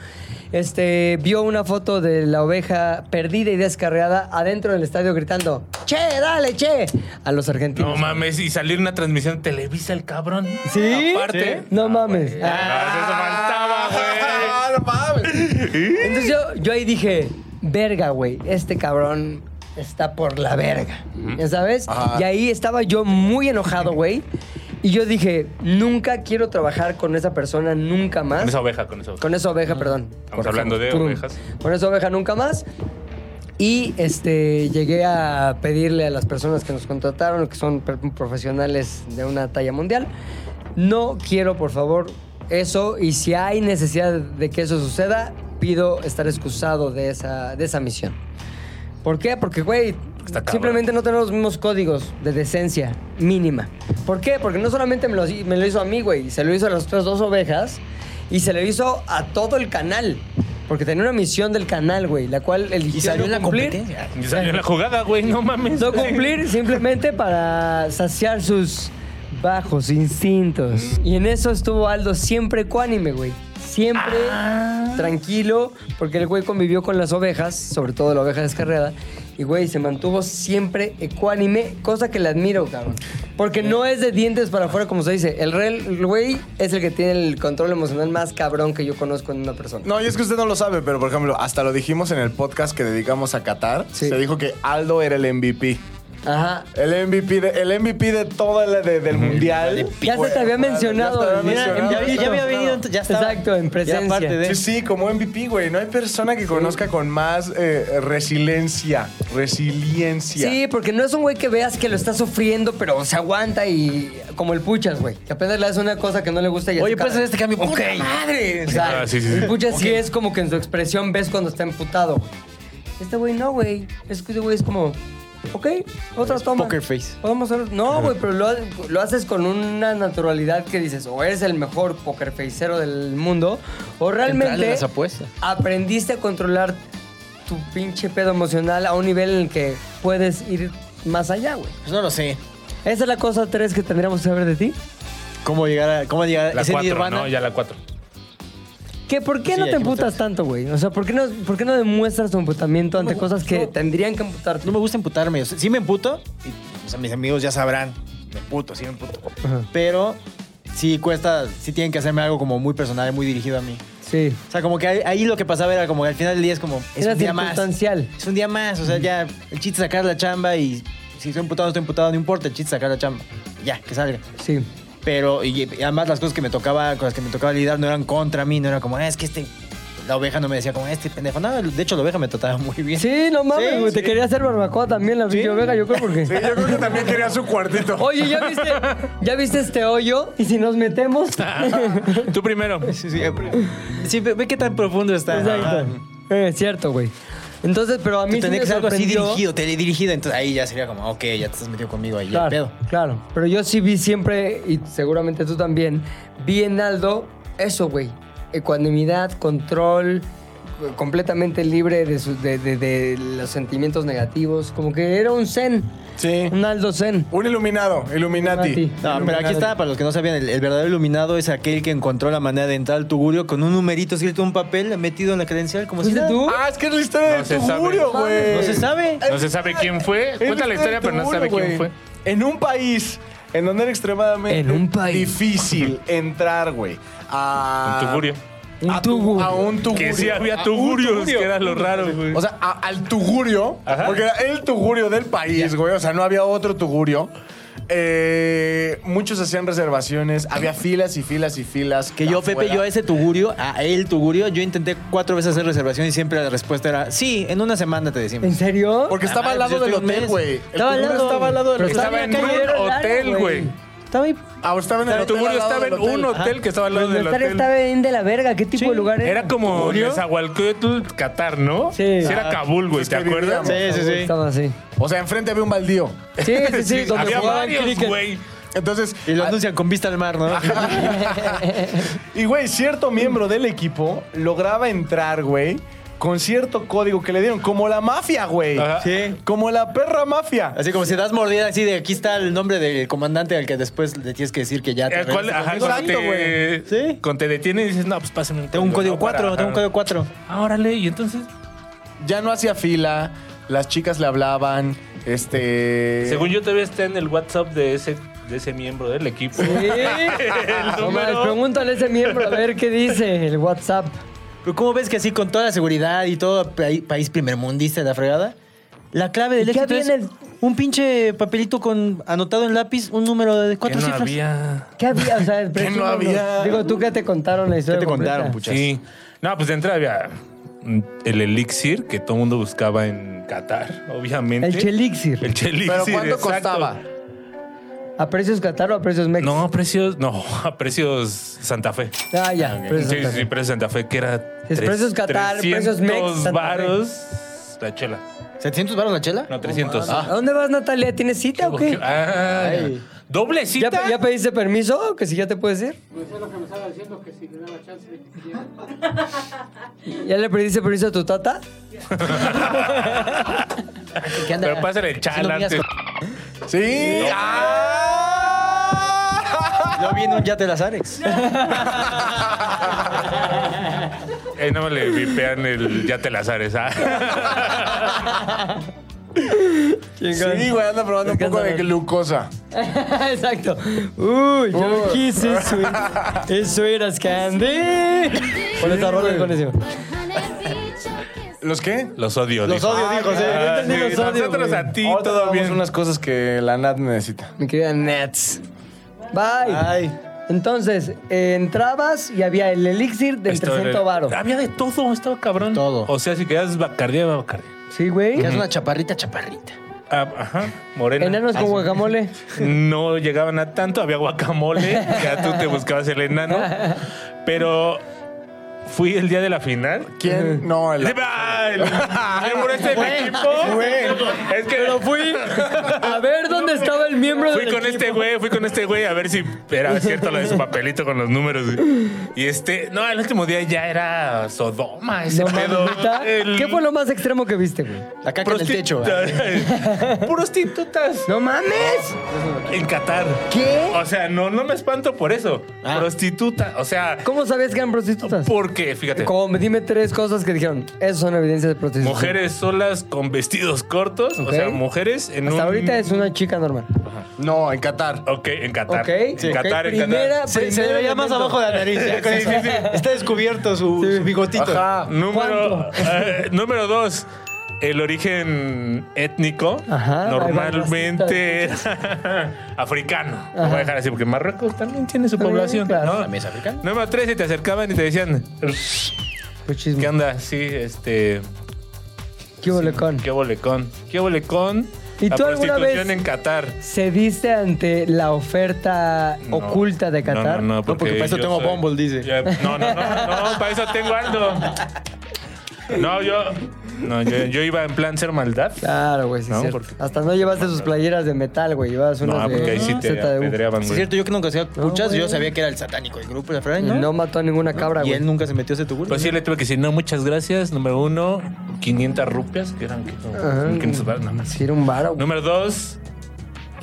S5: este, vio una foto de la oveja perdida y descarriada adentro del estadio gritando, che, dale, che, a los argentinos.
S4: No mames, y salir una transmisión de Televisa el cabrón.
S5: ¿Sí?
S4: Aparte.
S5: Sí. No mames.
S4: güey.
S5: Ah.
S4: Ah, eso faltaba,
S2: Ah, no
S4: güey.
S2: mames.
S5: Entonces yo, yo ahí dije, verga, güey, este cabrón está por la verga. ¿Ya sabes?
S2: Ajá.
S5: Y ahí estaba yo muy enojado, güey. Y yo dije, nunca quiero trabajar con esa persona nunca más.
S4: Con esa oveja, con esa oveja.
S5: Con esa oveja, perdón.
S4: Estamos hablando de
S5: Trum.
S4: ovejas.
S5: Con esa oveja nunca más. Y este llegué a pedirle a las personas que nos contrataron, que son per- profesionales de una talla mundial, no quiero, por favor, eso. Y si hay necesidad de que eso suceda, pido estar excusado de esa, de esa misión. ¿Por qué? Porque, güey,
S4: Está cabrón.
S5: simplemente no tenemos los mismos códigos de decencia mínima. ¿Por qué? Porque no solamente me lo, me lo hizo a mí, güey, se lo hizo a las otras dos ovejas y se lo hizo a todo el canal. Porque tenía una misión del canal, güey, la cual eligió
S3: Y salió
S5: no
S3: en la
S5: cumplir.
S3: competencia.
S4: Y salió la jugada, güey. No mames.
S5: No cumplir simplemente para saciar sus bajos instintos. Y en eso estuvo Aldo siempre ecuánime, güey. Siempre
S4: Ah.
S5: tranquilo, porque el güey convivió con las ovejas, sobre todo la oveja descarriada, Y güey, se mantuvo siempre ecuánime, cosa que le admiro, cabrón. Porque no es de dientes para afuera, como se dice. El rey, el güey, es el que tiene el control emocional más cabrón que yo conozco en una persona.
S2: No, y es que usted no lo sabe, pero por ejemplo, hasta lo dijimos en el podcast que dedicamos a Qatar.
S5: Sí.
S2: Se dijo que Aldo era el MVP.
S5: Ajá.
S2: El MVP de, el MVP de todo el de- del mundial.
S5: Ya se te había mencionado,
S2: Ya, te había
S5: güey. Mira,
S2: mencionado.
S3: Ya, ya había venido, ya estaba.
S5: Exacto, en
S3: Ya
S5: presencia.
S3: aparte de-
S2: Sí, sí, como MVP, güey. No hay persona que conozca con más eh, resiliencia. Resiliencia.
S5: Sí, porque no es un güey que veas que lo está sufriendo, pero se aguanta y como el puchas, güey. Que apenas le hace una cosa que no le gusta y
S3: Oye,
S5: así,
S3: pues en
S5: cabrón.
S3: este cambio, ok.
S5: madre. O sea,
S4: Ah, sí, sí, sí.
S5: El puchas sí es como que en su expresión ves cuando está emputado. güey. Este güey no, güey. Este güey es como, ok, otra toma.
S3: poker face.
S5: Podemos hacer- No, güey, pero lo, lo haces con una naturalidad que dices, o eres el mejor poker facero del mundo, o
S3: Entrarle a
S5: realmente
S3: las apuestas.
S5: aprendiste a controlar tu pinche pedo emocional a un nivel en el que puedes ir más allá, güey.
S3: Pues no lo sé.
S5: Esa es la cosa tres que tendríamos que saber de ti.
S3: ¿Cómo llegar a, cómo llegar a
S4: La
S3: ese
S4: 4,
S3: nirvana?
S4: ¿no? Ya la 4.
S5: ¿Qué, ¿Por qué
S3: Sí,
S5: no
S3: hay
S5: te
S3: que
S5: emputas
S3: emputarse.
S5: tanto, güey? O sea, ¿por qué no, por qué no demuestras tu emputamiento ante cosas que tendrían que emputarte?
S3: No me gusta emputarme. O sea, sí me emputo. Y, o sea, mis amigos ya sabrán. Me emputo, sí me emputo. Pero sí cuesta, sí tienen que hacerme algo como muy personal, muy dirigido a mí.
S5: Sí.
S3: O sea, como que ahí, ahí lo que pasaba era como que al final del día es como, es
S5: Era
S3: un día más.
S5: circunstancial.
S3: Es un día más. O sea, ya el chiste es sacar la chamba y si estoy emputado o no estoy emputado, no importa. El chiste es sacar la chamba. Ya, que salga.
S5: Sí.
S3: Pero, y, y además las cosas que me tocaba, con las que me tocaba lidiar no eran contra mí, no era como, "Ah, es que este, la oveja no me decía como, este pendejo. No, de hecho la oveja me trataba muy bien.
S5: Sí, no mames,
S3: Sí,
S5: güey. Te
S3: sí.
S5: quería hacer barbacoa también la video Vega, yo creo porque.
S2: Sí, yo creo que también quería su cuartito.
S5: Oye, ¿ya viste, ¿ya viste este hoyo? ¿Y si nos metemos?
S4: Tú primero.
S3: Sí, sí, sí, ve, ve qué tan profundo está.
S5: Exacto. Eh, cierto, güey. Entonces, pero a mí
S3: Tú
S5: sí
S3: tenía
S5: me
S3: que ser algo así
S5: sorprendió-
S3: dirigido, teledirigido. Entonces ahí ya sería como, ok, ya te has metido conmigo ahí, el
S5: Claro,
S3: pedo.
S5: claro. Pero yo sí vi siempre, y seguramente tú también, vi en Aldo eso, güey. Ecuanimidad, control, eh, completamente libre de, sus- de- de- de los sentimientos negativos. Como que era un zen,
S2: Sí.
S5: un Aldo zen.
S2: Un iluminado, Illuminati.
S5: Illuminati.
S3: No, pero aquí está, para los que no sabían, el, el verdadero iluminado es aquel que encontró la manera de entrar al tugurio con un numerito escrito en un papel metido en la credencial, como si
S5: ¿Fuiste
S3: nada.
S5: tú?
S2: Ah, es que es la historia
S4: No
S2: del
S4: se sabe.
S2: tugurio, güey.
S3: No se sabe.
S4: No se sabe quién fue. Cuenta la historia, pero no se sabe quién fue.
S2: En un país en donde era extremadamente
S5: En un país.
S2: difícil entrar, güey, a...
S4: Un tugurio.
S5: Un
S2: a tu-
S5: tugurio.
S2: A un tugurio.
S4: Que sí había
S2: A un
S4: tugurios,
S2: tugurio.
S4: que era lo raro, güey.
S2: O sea, a- al tugurio,
S4: Ajá.
S2: porque era el tugurio del país, güey. O sea, no había otro tugurio. Eh, muchos hacían reservaciones, había filas y filas y filas.
S3: Que yo, Pepe,
S2: afuera.
S3: yo a ese tugurio, a él tugurio, yo intenté cuatro veces hacer reservación y siempre la respuesta era, sí, en una semana te decimos.
S5: ¿En serio?
S2: Porque estaba
S3: Ah,
S2: al
S3: yo
S2: lado del
S3: estoy un
S2: hotel,
S3: mes.
S2: güey. El
S3: Estaba al
S2: tugurio
S3: lado.
S2: estaba al lado del
S4: Pero
S2: hotel.
S4: estaba en
S5: la
S4: un
S5: calle, era largo,
S4: hotel, güey.
S3: Estaba ahí.
S2: Ah, estaba en el
S4: El
S2: hotel,
S4: tugurio
S2: al lado
S4: estaba
S2: del
S4: en un
S2: hotel.
S4: hotel que estaba al lado
S5: Pero
S4: del
S5: estar
S4: hotel.
S5: estaba bien de la verga. ¿Qué tipo de lugar era?
S4: Era como
S5: ¿Tugurio?
S4: Nezahualcóyotl, Qatar, ¿no?
S5: Sí.
S4: era Kabul, güey,
S2: Es
S4: ¿te
S2: que
S4: acuerdas?
S2: vivíamos.
S3: sí, sí.
S5: Estaba así.
S2: O sea, enfrente había un baldío.
S5: Sí, sí, sí. donde
S4: había
S5: jugaban
S4: varios,
S5: cricket.
S4: güey.
S2: Entonces,
S3: Y lo
S2: ah,
S3: anuncian con vista al mar, ¿no?
S2: y güey, cierto miembro del equipo lograba entrar, güey, con cierto código que le dieron, como la mafia, güey.
S4: Ajá.
S3: Sí.
S2: Como la perra mafia.
S3: Así como si das mordida así de aquí está el nombre del comandante al que después le tienes que decir que ya te
S4: Eh, ¿Cuál?
S3: regresas
S4: Ajá,
S3: conmigo.
S4: cuando
S2: Exacto,
S4: te,
S3: güey. Sí.
S4: cuando te detienen y dices, no, pues pásame un
S3: Tengo un código
S4: ¿no? para-
S3: 4, tengo un
S4: ajá.
S3: código 4.
S4: Ah, órale, y entonces.
S2: Ya no hacía fila, las chicas le hablaban, este...
S4: Según yo todavía está en el WhatsApp de ese, de ese miembro del equipo.
S5: Sí.
S4: El
S5: No mames,
S4: número.
S5: pregúntale a ese miembro a ver qué dice el WhatsApp.
S3: Pero ¿cómo ves que así con toda la seguridad y todo país, país primermundista de la fregada? La clave del
S5: ¿Y qué
S3: éxito es
S5: había en el-
S3: un pinche papelito con anotado en lápiz, un número de
S4: Que
S3: cuatro
S4: no
S3: cifras.
S4: había.
S5: ¿Qué había? O sea, presúmenos.
S2: había?
S5: Digo, ¿tú qué te contaron la historia
S3: ¿Qué te
S5: completa?
S3: contaron, pucha?
S4: Sí. No, pues de entrada había mm, el elixir que todo el mundo buscaba en Qatar, obviamente.
S5: El Chelixir.
S4: El chelixir.
S2: Pero ¿cuánto
S4: exacto.
S2: costaba?
S5: ¿A precios Qatar o a precios Mex?
S4: No, a precios. No, a precios Santa Fe.
S5: Ah, ya. precios
S4: sí,
S5: Qatar.
S4: sí, precios Santa Fe, que era.
S5: Es precios Qatar, precios Mex, Santa Fe.
S4: varos. La chela.
S3: ¿700 baros la chela?
S4: No, 300.
S5: ¿A dónde vas, Natalia? ¿Tienes cita o qué?
S4: Ah,
S3: Ay.
S4: ¿Doble
S5: ¿Ya,
S4: cita?
S5: ¿Ya pediste permiso? Que si ya te puedes ir. ¿Ya le pediste permiso a tu tata?
S3: ¿Qué anda?
S4: Pero pásale el
S3: Haciendo
S4: chala.
S3: mías
S4: antes.
S2: Sí. ¡Ah!
S3: Yo vi en un yate de las Arex.
S4: Eh, no le vipean el ya te las ares. ah.
S5: Chingón.
S2: Sí, güey, anda probando un poco de
S5: Escándalo.
S2: glucosa.
S5: Exacto. Uy, your
S2: Uy.
S5: kiss is sweet. Is sweet as candy. Con esta rola es buenísimo.
S2: ¿Los qué?
S4: Los odio.
S3: Los
S4: dijo.
S3: odio, dijo. sí.
S4: Ah,
S5: entendí
S4: sí,
S5: los odio,
S4: nosotros
S5: güey.
S4: a ti,
S2: Ahorita
S4: todo
S2: damos
S4: bien.
S2: unas cosas que la Nat necesita.
S5: Mi querida Nets. Bye.
S3: Ay.
S5: Entonces, eh, entrabas y había el elixir del
S4: Esto era- Ah.
S5: 300 varo.
S4: Había de todo, estaba cabrón.
S3: Todo.
S4: O sea, si querías bacardía, era bacardía.
S5: Sí, güey.
S3: Que es una chaparrita, chaparrita.
S4: Ah, ajá, morena.
S5: Enanos con guacamole.
S4: No llegaban a tanto, había guacamole, ya tú te buscabas el enano. Pero fui el día de la final.
S2: ¿Quién? No, el.
S4: ¡Ah! El- el murete de mi equipo. Es que fui.
S5: A ver dónde estaba el miembro
S4: Fui
S5: del
S4: con
S5: equipo.
S4: este güey, fui con este güey a ver si era cierto lo de su papelito con los números. Y este, no, el último día ya era Sodoma, ese
S5: No,
S4: pedo.
S5: mamita.
S4: El-
S5: ¿Qué fue lo más extremo que viste, güey?
S3: La caca en el techo.
S4: Prostituta- Prostitutas
S5: ¡No mames!
S4: en Qatar.
S5: ¿Qué?
S4: O sea, no, no me espanto por eso.
S3: Ah.
S4: Prostituta, o sea,
S5: ¿Cómo sabías que eran prostitutas?
S4: porque, fíjate,
S5: Como, dime tres cosas que dijeron. Esas son evidencias de prostitución.
S4: mujeres solas con vestidos cortos,
S5: Ok.
S4: o sea, mujeres en un...
S5: Hasta ahorita es una chica normal.
S2: No, en Qatar.
S4: Ok, en Qatar.
S5: Ok.
S4: En
S5: Sí.
S4: Qatar,
S5: Ok,
S4: en
S5: primera-
S4: Qatar.
S3: Se, se
S5: Primer
S3: le veía más
S5: elemento.
S3: abajo de la nariz. ya con eso. Está descubierto su, su bigotito.
S2: Ajá.
S4: Número,
S5: ¿Cuánto?
S4: eh, número dos, el origen étnico
S5: Ajá,
S4: normalmente era africano. Lo voy a dejar así porque Marruecos también tiene su
S5: También,
S4: población.
S5: claro.
S4: ¿no?
S3: ¿También es africano?
S4: Número tres, y te acercaban y te decían,
S5: Qué
S4: ¿qué
S5: chisme.
S4: onda? Sí, este,
S5: ¿Qué hubo, Lecón?
S4: qué bolecón, qué bolecón.
S5: ¿Y
S4: la
S5: tú alguna
S4: prostitución
S5: vez-
S4: en Qatar.
S5: ¿Cediste ante la oferta
S4: No.
S5: oculta de Qatar?
S4: No, no, no,
S3: porque para eso
S4: yo
S3: tengo Bumble, dice.
S4: Ya, no, no, no, no, para eso tengo algo. No, yo, no, yo, yo iba en plan ser maldad.
S5: Claro, güey, sí, es
S4: No,
S5: cierto.
S4: porque-
S5: Hasta no llevaste sus playeras de metal, güey. Llevabas
S4: No,
S5: unas de
S4: porque ahí sí te
S5: ZDU.
S4: apedreaban,
S3: Sí,
S4: güey.
S3: es cierto, yo que nunca hacía cuchas,
S5: güey.
S3: yo sabía que era el satánico del grupo, la Fran,
S5: ¿No?
S3: ¿no?
S5: mató a ninguna cabra,
S3: y
S5: güey.
S3: él nunca se metió a ese tubo.
S4: Pues sí, le tuve que decir, no, muchas gracias. Número uno, 500 rupias, que eran ¿qué? Como
S5: Ajá.
S4: 500 varos, nada más.
S5: Sí, era un varo, güey.
S4: Número dos,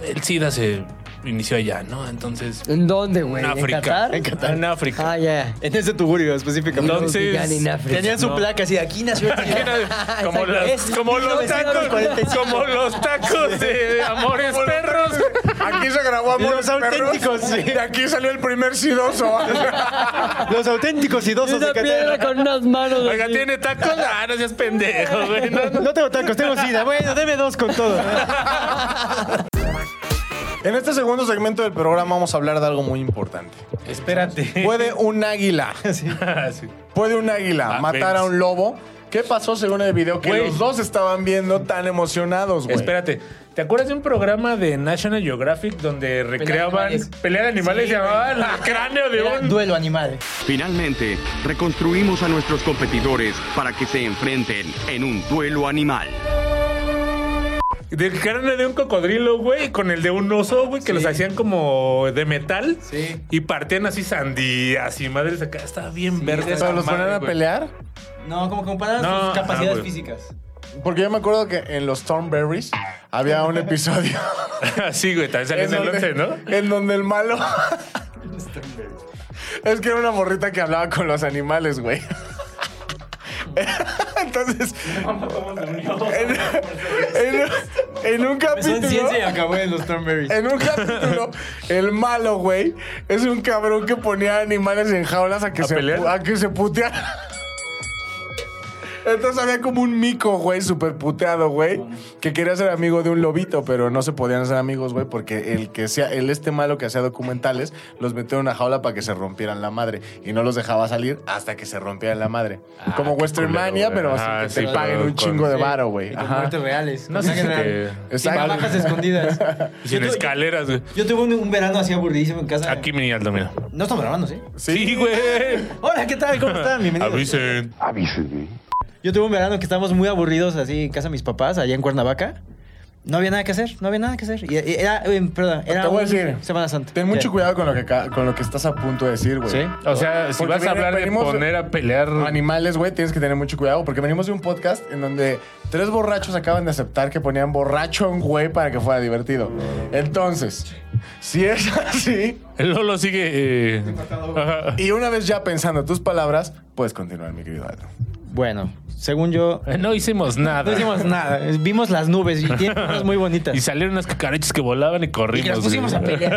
S4: el SIDA se inició allá, ¿no? Entonces,
S5: ¿En dónde, güey?
S4: en
S5: ¿En,
S4: África.
S5: Qatar?
S4: En Qatar. En África.
S5: Ah, ya.
S3: En ese tugurio específicamente.
S5: Digan en
S4: Entonces,
S5: África.
S3: Tenían su
S4: No.
S3: placa así, aquí nació. el-
S4: como,
S3: Exacto.
S4: las-
S3: Es
S4: como los tacos,
S3: 1945.
S4: como los tacos de Amores Perros.
S2: Aquí se grabó Amor
S3: Los auténticos, sí.
S2: Y aquí salió el primer sidoso.
S3: Los auténticos idosos
S5: Una
S3: de
S5: piedra
S3: Catedral.
S5: con unas manos.
S4: Oiga,
S5: así.
S4: ¿tiene tacos? Ah, no seas pendejo, güey. No, no.
S3: No tengo tacos, tengo sida. Bueno, deme dos con todo.
S2: en este segundo segmento del programa vamos a hablar de algo muy importante.
S4: Espérate.
S2: ¿Puede un águila?
S4: Sí.
S2: ¿Puede un águila
S4: Ah,
S2: matar a
S4: ves.
S2: un lobo? ¿Qué pasó según el video? Que
S4: Güey.
S2: los dos estaban viendo tan emocionados, güey.
S4: Espérate, ¿te acuerdas de un programa de National Geographic donde recreaban
S3: animales.
S4: pelear animales y llamaban el cráneo de
S3: Era
S4: un
S3: duelo animal.
S8: Finalmente, reconstruimos a nuestros competidores para que se enfrenten en un duelo animal.
S4: Del cráneo de un cocodrilo, güey, con el de un oso, güey, que los hacían como de metal.
S3: Sí.
S4: Y partían así sandías y madres acá. Estaba bien verde. esa
S2: ¿Pero los
S4: madre,
S2: ponían a
S4: güey.
S2: pelear?
S3: No, como comparar
S4: No,
S3: sus
S4: ajá,
S3: capacidades
S4: güey.
S3: físicas.
S2: Porque yo me acuerdo que en los Thornberries había un episodio
S4: sí, güey, también salió en el 11, ¿no?
S2: en donde el malo. es que era una morrita que hablaba con los animales, güey. Entonces. en, en- en un
S3: Empezó en
S2: capítulo.
S3: ciencia y acabó en los Thornberries.
S2: En un capítulo, el malo, güey, es un cabrón que ponía animales en jaulas a que,
S4: ¿A
S2: se,
S4: pelear?
S2: pu- a que se putearan. Entonces había como un mico, güey, súper puteado, güey, que quería ser amigo de un lobito, pero no se podían ser amigos, güey, porque el que sea, el este malo que hacía documentales, los metió en una jaula para que se rompieran la madre y no los dejaba salir hasta que se rompieran la madre. como
S4: Ah, qué
S2: Western
S4: culero,
S2: Mania,
S4: güey.
S2: pero así
S4: Ah,
S2: que
S4: sí,
S2: te paguen
S4: pero
S2: un
S4: con-
S2: chingo de
S4: sí.
S2: varo, güey.
S3: Y con
S2: Ajá.
S3: muertes reales.
S4: No sé si te-
S2: Exacto.
S3: Exacto. bajas escondidas.
S4: Y sin
S3: Yo tu-
S4: escaleras, güey.
S3: Yo tuve un, un verano así aburridísimo en casa.
S4: Aquí me al domino.
S3: No estamos grabando, ¿sí?
S4: Sí, güey.
S3: Hola, ¿qué tal? ¿Cómo están? Bienvenidos.
S4: Avisen.
S8: Avísenme.
S3: Yo tuve un verano que estábamos muy aburridos así en casa de mis papás, allá en Cuernavaca. No había nada que hacer, no había nada que hacer. Y- y Era, eh, perdón, era
S2: Ah, Te voy a
S3: un-
S2: decir,
S3: Semana Santa.
S2: Ten mucho
S3: ¿Qué?
S2: cuidado con lo que, ca- con lo que estás a punto de decir, güey.
S3: Sí.
S4: O sea, si
S2: Porque
S4: vas a
S2: viene-
S4: hablar de
S2: venimos-
S4: poner a pelear
S2: Animales, güey, tienes que tener mucho cuidado porque venimos de un podcast en donde tres borrachos acaban de aceptar que ponían borracho a un güey para que fuera divertido. Entonces, Si es así,
S4: El Lolo sigue. eh, ajá.
S2: y una vez ya pensando tus palabras, puedes continuar, mi querido Aldo.
S3: Bueno, según yo,
S4: Eh, No hicimos nada.
S3: no hicimos nada. Vimos las nubes y tienen cosas muy bonitas.
S4: Y salieron unas cucarachas que volaban y corrimos.
S3: Y que nos pusimos
S4: güey.
S3: a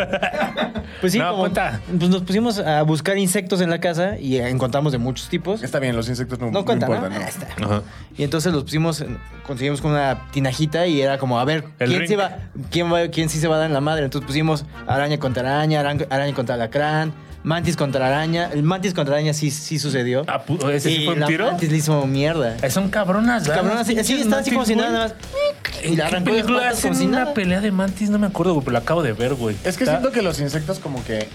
S3: Pues sí,
S4: No,
S3: como-
S4: cuenta.
S3: pues nos pusimos a buscar insectos en la casa y encontramos de muchos tipos.
S2: Está bien, los insectos no,
S3: No
S2: no
S3: cuenta, ¿no?
S2: importan.
S3: Ah,
S2: ¿no?
S3: está.
S4: Ajá.
S3: Y entonces los pusimos, en- conseguimos con una tinajita y era como, a ver,
S4: El
S3: ¿quién,
S4: ring.
S3: se va, quién, va, ¿quién sí se va a dar en la madre? Entonces pusimos araña contra araña, aran- araña contra alacrán, mantis contra araña. El mantis contra araña sí, sí sucedió.
S4: Ah, pu- ¿Ese sí
S3: Y
S4: fue un
S3: la
S4: tiro?
S3: mantis le hizo mierda.
S4: Eh, Son cabronas, ¿verdad?
S3: Cabrón, así, así está así como si nada, nada más. Y
S4: ¿En
S3: le
S4: qué
S3: arrancó las
S4: película
S3: patas
S4: hacen
S3: como si
S4: una
S3: nada.
S4: pelea de mantis? No me acuerdo, güey, pero la acabo de ver, güey.
S2: Es que
S4: Está-
S2: siento que los insectos como que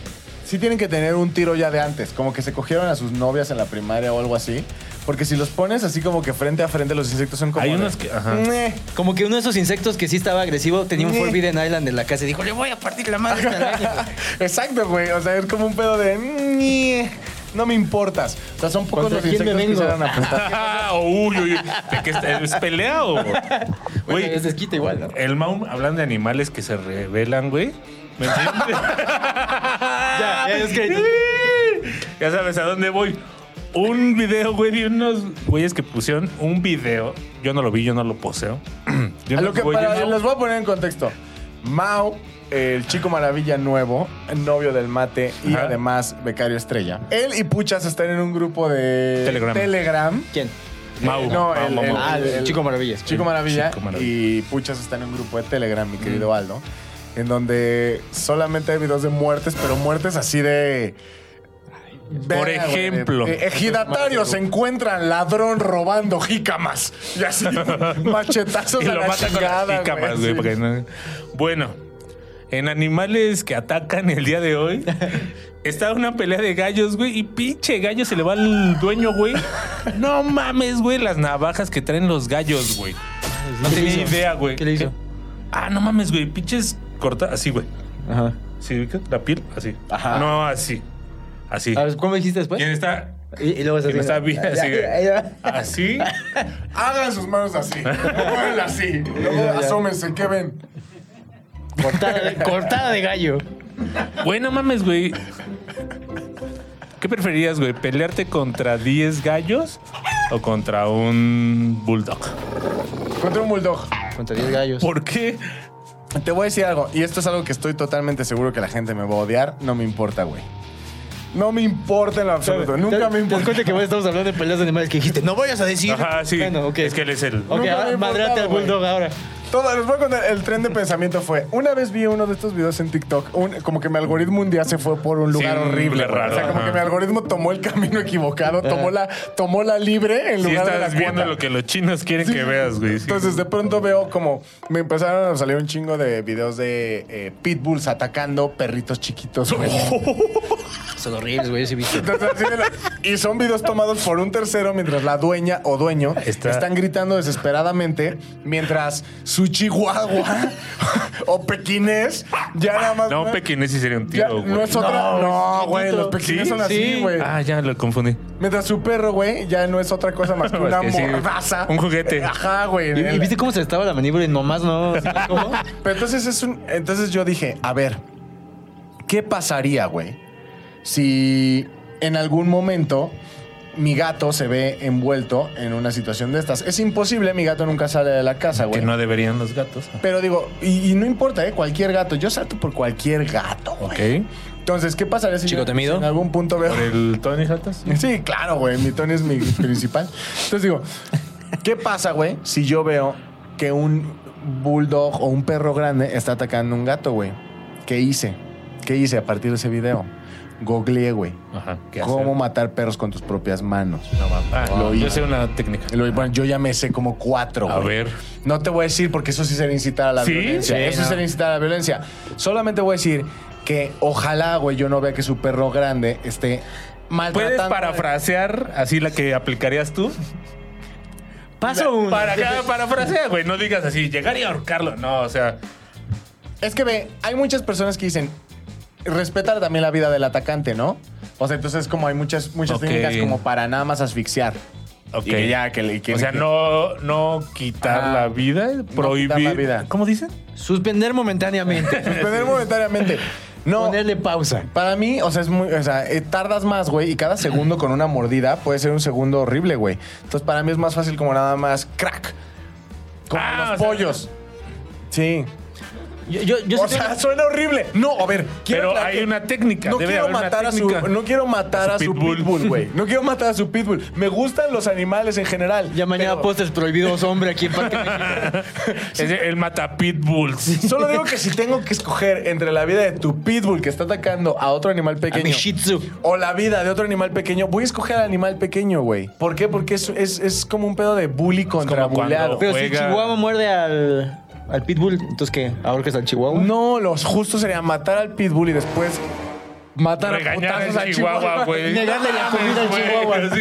S2: sí tienen que tener un tiro ya de antes, como que se cogieron a sus novias en la primaria o algo así, porque si los pones así como que frente a frente los insectos son como
S4: Hay
S2: de,
S4: unos que- ajá.
S2: "Meh".
S3: Como que uno de esos insectos que sí estaba agresivo tenía un
S2: Sí.
S3: Forbidden Island en la casa y dijo, le voy a partir la madre. a esta araña".
S2: Exacto, güey, o sea, es como un pedo de "Meh, no me importas. O sea, son pocos
S3: ¿Contra
S2: los
S3: quién me
S2: insectos que
S3: vengo?
S2: quisieran apuntar.
S4: o uy, uy, uy. ¿De qué está- ¿Es pelea o...? Güey,
S3: Bueno, es desquite igual, ¿no?
S4: el Maum, hablando de animales que se rebelan, güey. ¿Me entiendes? ya,
S3: ya, es que-
S4: Ya sabes a dónde voy. Un video, güey, de unos güeyes que pusieron un video. Yo no lo vi, yo no lo poseo. Yo
S2: A
S4: no
S2: lo que
S4: voy, yo
S2: para-
S4: no-
S2: los voy a poner en contexto. Mao, el chico maravilla nuevo, novio del mate y
S4: Ajá.
S2: además becario estrella. Él y Puchas están en un grupo de
S4: Telegram.
S2: Telegram.
S3: ¿Quién?
S4: Mau,
S2: no,
S4: Mau,
S2: el-
S4: Mau,
S2: el-
S4: Mau.
S3: Ah, el, chico maravillas.
S2: Chico Maravilla,
S4: Chico Maravilla. Mm.
S2: y Puchas está en un grupo de Telegram, mi querido Aldo, en donde solamente hay videos de muertes, pero muertes así de...
S4: Por
S2: Verga, güey, de-
S4: ejemplo.
S2: eh, ejidatarios encuentran ladrón robando jícamas. Y así, machetazos
S4: Y
S2: a
S4: lo
S2: la
S4: mata con las
S2: chingada,
S4: jícamas,
S2: güey,
S4: güey. porque
S2: sí.
S4: no- Bueno, en animales que atacan el día de hoy, está una pelea de gallos, güey, y pinche gallo se le va al dueño, güey. No mames, güey, las navajas que traen los gallos, güey. No
S3: ¿Qué
S4: tenía
S3: le hizo?
S4: idea, güey.
S3: ¿Qué le hizo?
S4: Ah, no mames, güey, pinches corta así, güey.
S3: Ajá.
S4: ¿Sí ubicas? La piel, así.
S2: Ajá.
S4: No, así. Así.
S3: A ver, ¿Cómo dijiste después?
S4: ¿Quién está?
S3: Y, y luego es así.
S4: ¿Quién está bien? Así, güey.
S3: Ahí va.
S4: Así.
S2: Hagan sus manos así. Pónganla así. Luego
S3: Ya, ya.
S2: asómense, ¿qué ven?
S3: Cortada de, cortada de gallo.
S4: Güey, no mames, güey. ¿Qué preferías, güey? ¿Pelearte contra 10 gallos o contra un bulldog?
S2: Contra un bulldog.
S3: Contra 10 gallos.
S4: ¿Por qué?
S2: Te voy a decir algo, y esto es algo que estoy totalmente seguro que la gente me va a odiar. No me importa, güey. No me importa en lo absoluto. Nunca me
S3: Te das
S2: importa.
S3: cuenta que bueno, estamos hablando de peleas de animales que dijiste, no vayas a decir.
S4: Ajá, sí.
S3: Bueno, ok.
S4: Es que él es el.
S3: Ok,
S2: Nunca me
S3: ahora
S2: he
S3: madrate
S2: importado,
S3: al bulldog ahora.
S2: Todo, les voy a contar. El tren de pensamiento fue: una vez vi uno de estos videos en TikTok, un- como que mi algoritmo un día se fue por un lugar
S4: Sí, un
S2: horrible.
S4: lugar
S2: güey.
S4: raro,
S2: o sea, como
S4: ajá.
S2: que mi algoritmo tomó el camino equivocado, tomó la, tomó la libre en
S4: Si
S2: lugar de la
S4: estás viendo
S2: cuota.
S4: lo que los chinos quieren
S2: Sí.
S4: que veas, güey. sí.
S2: Entonces de pronto veo como me empezaron a salir un chingo de videos de eh, pitbulls atacando perritos chiquitos. güey.
S3: Son horribles, güey, ese bicho.
S2: Entonces, así de la- y son videos tomados por un tercero mientras la dueña o dueño
S4: Está-
S2: están gritando desesperadamente mientras su chihuahua o pequinés ya nada más...
S4: No, pequinés sí sería un
S2: ya
S4: tiro, güey.
S2: no es otra. No,
S3: es
S2: güey, los
S3: chiquito.
S2: pequines
S4: ¿Sí?
S2: son así,
S3: Sí.
S2: güey.
S4: Ah, ya lo confundí.
S2: Mientras su perro, güey, ya no es otra cosa más que
S4: Es
S2: una
S4: que sí,
S2: mordaza.
S4: un juguete.
S2: Ajá, güey.
S3: ¿Y, y viste cómo se le estaba la maníbula y nomás no? ¿Cómo?
S2: Pero entonces es un. Entonces yo dije, a ver, ¿qué pasaría, güey? Si en algún momento mi gato se ve envuelto en una situación de estas. Es imposible, mi gato nunca sale de la casa,
S4: Que
S2: güey.
S4: no deberían los gatos.
S2: Pero digo, y, y no importa, ¿eh? Cualquier gato. Yo salto por cualquier gato,
S4: Ok.
S2: güey. Entonces, ¿qué pasaría si,
S3: Chico
S2: yo-
S3: temido.
S2: si en algún punto veo.
S4: ¿Por el Tony Saltas?
S2: Sí, claro, güey. Mi tono es mi principal. Entonces digo, ¿qué pasa, güey, si yo veo que un bulldog o un perro grande está atacando a un gato, güey? ¿Qué hice? ¿Qué hice a partir de ese video? Googleé, güey.
S4: Ajá. ¿Qué hacer?
S2: ¿Cómo matar perros con tus propias manos?
S4: No, mames. Ah,
S2: Lo
S4: yo
S2: hice.
S4: sé una técnica.
S2: Y lo- bueno, yo ya me sé como cuatro,
S4: A
S2: güey.
S4: ver.
S2: No te voy a decir porque eso sí sería incitar a la
S4: ¿Sí?
S2: violencia.
S4: Sí,
S2: eso
S4: no.
S2: sería incitar a la violencia. Solamente voy a decir que ojalá, güey, yo no vea que su perro grande esté maltratando.
S4: ¿Puedes parafrasear así la que aplicarías tú?
S3: Paso uno.
S4: Para acá, parafrasea, güey. No digas así, llegar y ahorcarlo. No, o sea,
S2: Es que ve, hay muchas personas que dicen respetar también la vida del atacante, ¿no? O sea, entonces como hay muchas, muchas
S4: Ok.
S2: técnicas como para nada más asfixiar.
S4: Ok.
S2: Y que ya, que le. que-
S4: o sea, no, no quitar
S3: Ah,
S2: Ajá.
S4: la vida, prohibir.
S2: la vida.
S4: ¿Cómo dicen?
S3: Suspender momentáneamente.
S2: Suspender momentáneamente. No.
S3: Ponerle pausa.
S2: Para mí, o sea, es muy, o sea, eh, tardas más, güey, y cada segundo con una mordida puede ser un segundo horrible, güey. Entonces, para mí es más fácil como nada más crack. Como
S4: Ah, o
S2: los
S4: sea-
S2: pollos. Sí.
S3: Yo, yo, yo
S2: o
S3: sí
S2: sea,
S3: tengo-
S2: suena horrible. No, a ver, quiero
S4: Pero
S2: aclarar
S4: hay
S2: que
S4: una técnica.
S2: No
S4: debe
S2: quiero,
S4: haber una
S2: matar a su,
S4: técnica.
S2: no quiero matar
S4: Su
S2: a su
S4: pitbull.
S2: pitbull, güey. No quiero matar a su pitbull. Me gustan los animales en general.
S3: ya mañana
S2: pero-
S3: postres prohibidos, hombre, aquí en Parque México.
S4: Es el- el mata pitbulls.
S2: Solo digo que si tengo que escoger entre la vida de tu pitbull que está atacando a otro animal
S3: A mi
S2: pequeño
S3: Shih Tzu.
S2: o la vida de otro animal pequeño, voy a escoger al animal pequeño, güey. ¿Por qué? Porque es, es- es como un pedo de bully contra
S4: como cuando-
S2: buleado.
S3: Pero si
S4: Juega.
S3: Chihuahua muerde al, al Pitbull, entonces ¿qué? ¿Ahorcas al Chihuahua?
S2: No, los justos sería matar al pitbull y después matar
S4: Regañar
S2: a
S4: al
S2: putazos al
S4: Chihuahua, güey.
S3: Negarle la
S4: No mames,
S3: comida al
S4: güey.
S3: Chihuahua.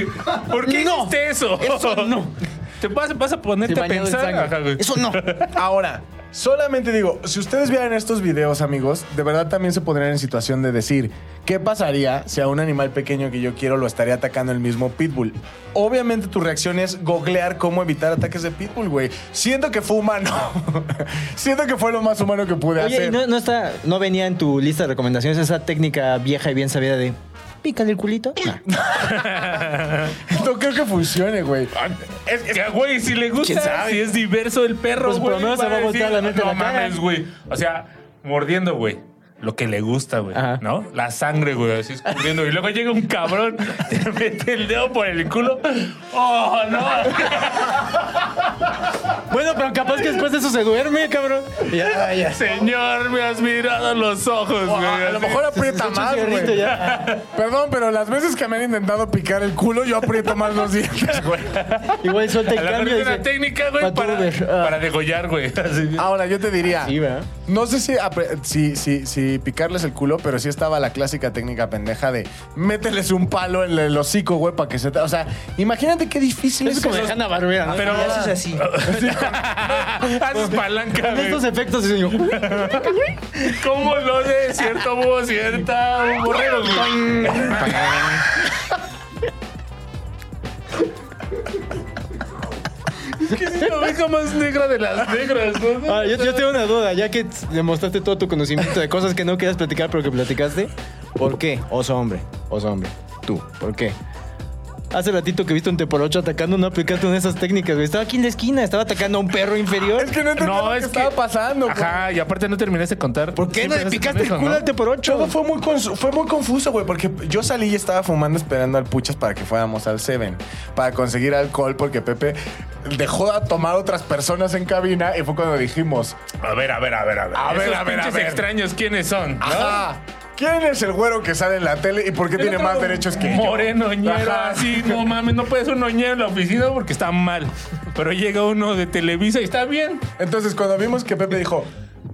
S4: Sí. ¿Por qué
S3: No,
S4: hiciste eso?
S3: eso no.
S4: Te vas, vas a ponerte
S3: Sí,
S4: a
S3: bañado en
S4: pensar.
S3: sangre.
S4: Ajá, güey.
S3: Eso no.
S2: Ahora, solamente digo, si ustedes vieran estos videos, amigos, de verdad también se pondrían en situación de decir, ¿qué pasaría si a un animal pequeño que yo quiero lo estaría atacando el mismo pitbull? Obviamente tu reacción es googlear cómo evitar ataques de pitbull, güey. Siento que fue humano. Siento que fue lo más humano que pude
S3: Oye, ¿y
S2: hacer.
S3: no, no está, no venía en tu lista de recomendaciones esa técnica vieja y bien sabida de pícale el culito? No.
S2: No creo que funcione, güey.
S4: Es, es que, güey, si le
S3: ¿Quién
S4: gusta,
S3: sabe?
S4: si es diverso el perro,
S3: Pues, por
S4: güey.
S3: lo menos se va a voltear la neta
S4: No
S3: la cara".
S4: mames, güey. O sea, mordiendo, güey. Lo que le gusta, güey.
S3: Ajá.
S4: ¿No? La sangre, güey, así escurriendo. Y luego llega un cabrón, te mete el dedo por el culo. ¡Oh, no!
S3: Bueno, pero capaz que después de eso se duerme, cabrón. Ya, ya.
S4: Señor, me has mirado a los ojos,
S2: O
S3: Oh,
S4: güey.
S2: a, a lo
S4: así.
S2: mejor aprieta
S3: Echa un
S2: más,
S3: cigarrito
S2: güey.
S3: ya.
S2: Perdón, pero las veces que me han intentado picar el culo, yo aprieto más los dientes, güey.
S3: Igual suelta
S4: A
S3: el
S4: lo mejor
S3: cambio.
S4: es
S3: y
S4: una
S3: dice,
S4: técnica, güey,
S3: "Pa' tu
S4: para,
S3: Uber". Ah.
S4: para degollar, güey. Así.
S2: Ahora, yo te diría.
S3: Sí, ¿verdad?
S2: No sé si, apre- si, si- si picarles el culo, pero sí estaba la clásica técnica pendeja de mételes un palo en el hocico, güey, para que se... te- O sea, imagínate qué difícil es,
S3: Es como
S2: eso.
S3: Hanna Barbera, ¿no?
S4: Pero-
S3: Y haces así.
S4: Ah, Haces palanca,
S3: Con Pues, estos
S4: güey.
S3: efectos, señor.
S4: ¿Cómo lo de cierto hubo cierta un borrero, güey? Es que es la oveja más negra de las negras, ¿no?
S3: Ahora, Ah, yo, yo tengo una duda, ya que t- demostraste todo tu conocimiento de cosas que no querías platicar, pero que platicaste. ¿Por qué? Oso hombre, oso hombre. Tú, ¿por qué? Hace ratito que viste un teporocho atacando, no aplicaste una de esas técnicas, güey. Estaba aquí en la esquina, estaba atacando a un perro inferior.
S2: Es que no entendía lo que estaba pasando, güey.
S4: Ajá, y aparte no terminaste de contar.
S3: ¿Por qué no le
S4: Siempre haces
S3: picaste el
S4: eso,
S3: culo
S4: ¿no?
S3: al teporocho?
S2: Todo fue muy, cons- fue muy confuso, güey, porque yo salí y estaba fumando esperando al Puchas para que fuéramos al Seven, para conseguir alcohol, porque Pepe dejó de tomar otras personas en cabina y fue cuando dijimos,
S4: A ver, a ver, a ver, a ver.
S2: A ver,
S4: Esos
S2: a ver, a
S4: pinches
S2: ver.
S4: extraños, ¿quiénes son?
S2: ajá, ¿quién es el güero que sale en la tele y por qué tiene más derechos que yo?
S4: Moreno, ñero,
S2: Ajá.
S4: así, no mames, no puedes ser un ñero en la oficina porque está mal. Pero llega uno de Televisa y está bien.
S2: Entonces, cuando vimos que Pepe dijo,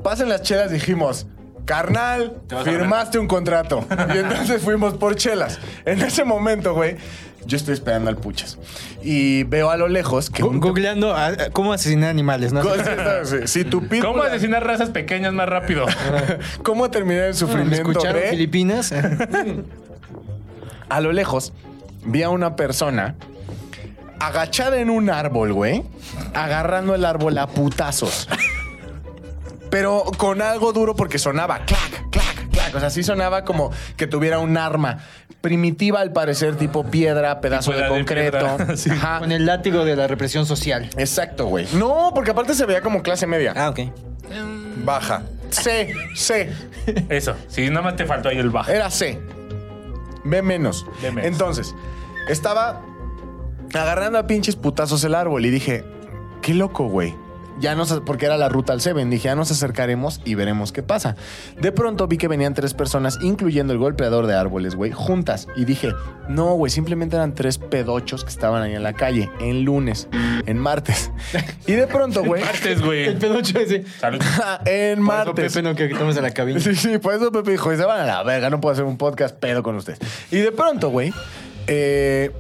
S2: pasen las chelas, dijimos, carnal, firmaste un contrato. Y entonces fuimos por chelas. En ese momento, güey, yo estoy esperando al Puchas. Y veo a lo lejos que
S3: Gu-
S2: un...
S3: Googleando a- a- cómo asesinar animales, ¿no?
S2: Si- Si tu pitbull-
S4: ¿Cómo asesinar razas pequeñas más rápido?
S2: ¿Cómo terminar el
S3: ¿Me
S2: sufrimiento
S3: escucharon
S2: de-
S3: Filipinas?
S2: A lo lejos vi a una persona agachada en un árbol, güey, agarrando el árbol a putazos. Pero con algo duro porque sonaba clac, clac, clac. O sea, sí sonaba como que tuviera un arma primitiva, al parecer, tipo piedra, pedazo
S4: Tipo
S2: de
S4: la de
S2: concreto.
S4: piedra, sí.
S2: Ajá.
S3: Con el látigo de la represión social.
S2: Exacto, güey. No, porque aparte se veía como clase media.
S3: Ah, ok.
S2: Baja. C, C.
S4: Eso. Sí, nada más te faltó ahí el bajo.
S2: Era C. B menos.
S4: B menos.
S2: Entonces, estaba agarrando a pinches putazos el árbol y dije, qué loco, güey. Ya nos, porque era la ruta al Seven, dije, ya nos acercaremos y veremos qué pasa. De pronto vi que venían tres personas, incluyendo el golpeador de árboles, güey, juntas. Y dije, no, güey, simplemente eran tres pedochos que estaban ahí en la calle, en lunes, en martes. Y de pronto, güey,
S4: Partes, güey.
S3: El pedocho ese.
S4: Salud.
S2: en
S3: Por eso
S2: martes.
S3: Pepe no quiere que tomes a la cabina.
S2: Sí, sí, por eso Pepe dijo, se van a la verga, no puedo hacer un podcast pedo con ustedes. Y de pronto, güey, eh,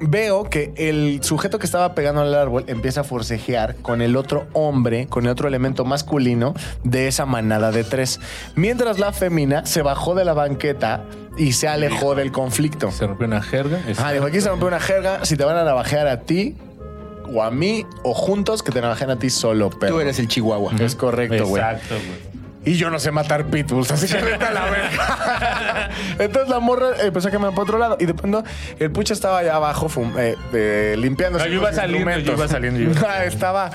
S2: veo que el sujeto que estaba pegando al árbol empieza a forcejear con el otro hombre, con el otro elemento masculino de esa manada de tres. Mientras la femina se bajó de la banqueta y se alejó del conflicto.
S4: Se rompió una jerga. es-
S2: Ah, dijo, aquí se rompe una jerga, si te van a navajear a ti o a mí o juntos, que te navajen a ti solo, pero...
S9: Tú eres el chihuahua.
S2: Es correcto, güey.
S4: Exacto, güey.
S2: Y yo no sé matar pitbulls, así que vete a la verga. Entonces la morra empezó a caminar para otro lado y de pronto el pucha estaba allá abajo fum- eh, eh, limpiándose.
S4: No, yo iba
S2: los
S4: saliendo, yo
S2: instrumentos.
S4: iba saliendo, yo iba Ah,
S2: Ah, estaba...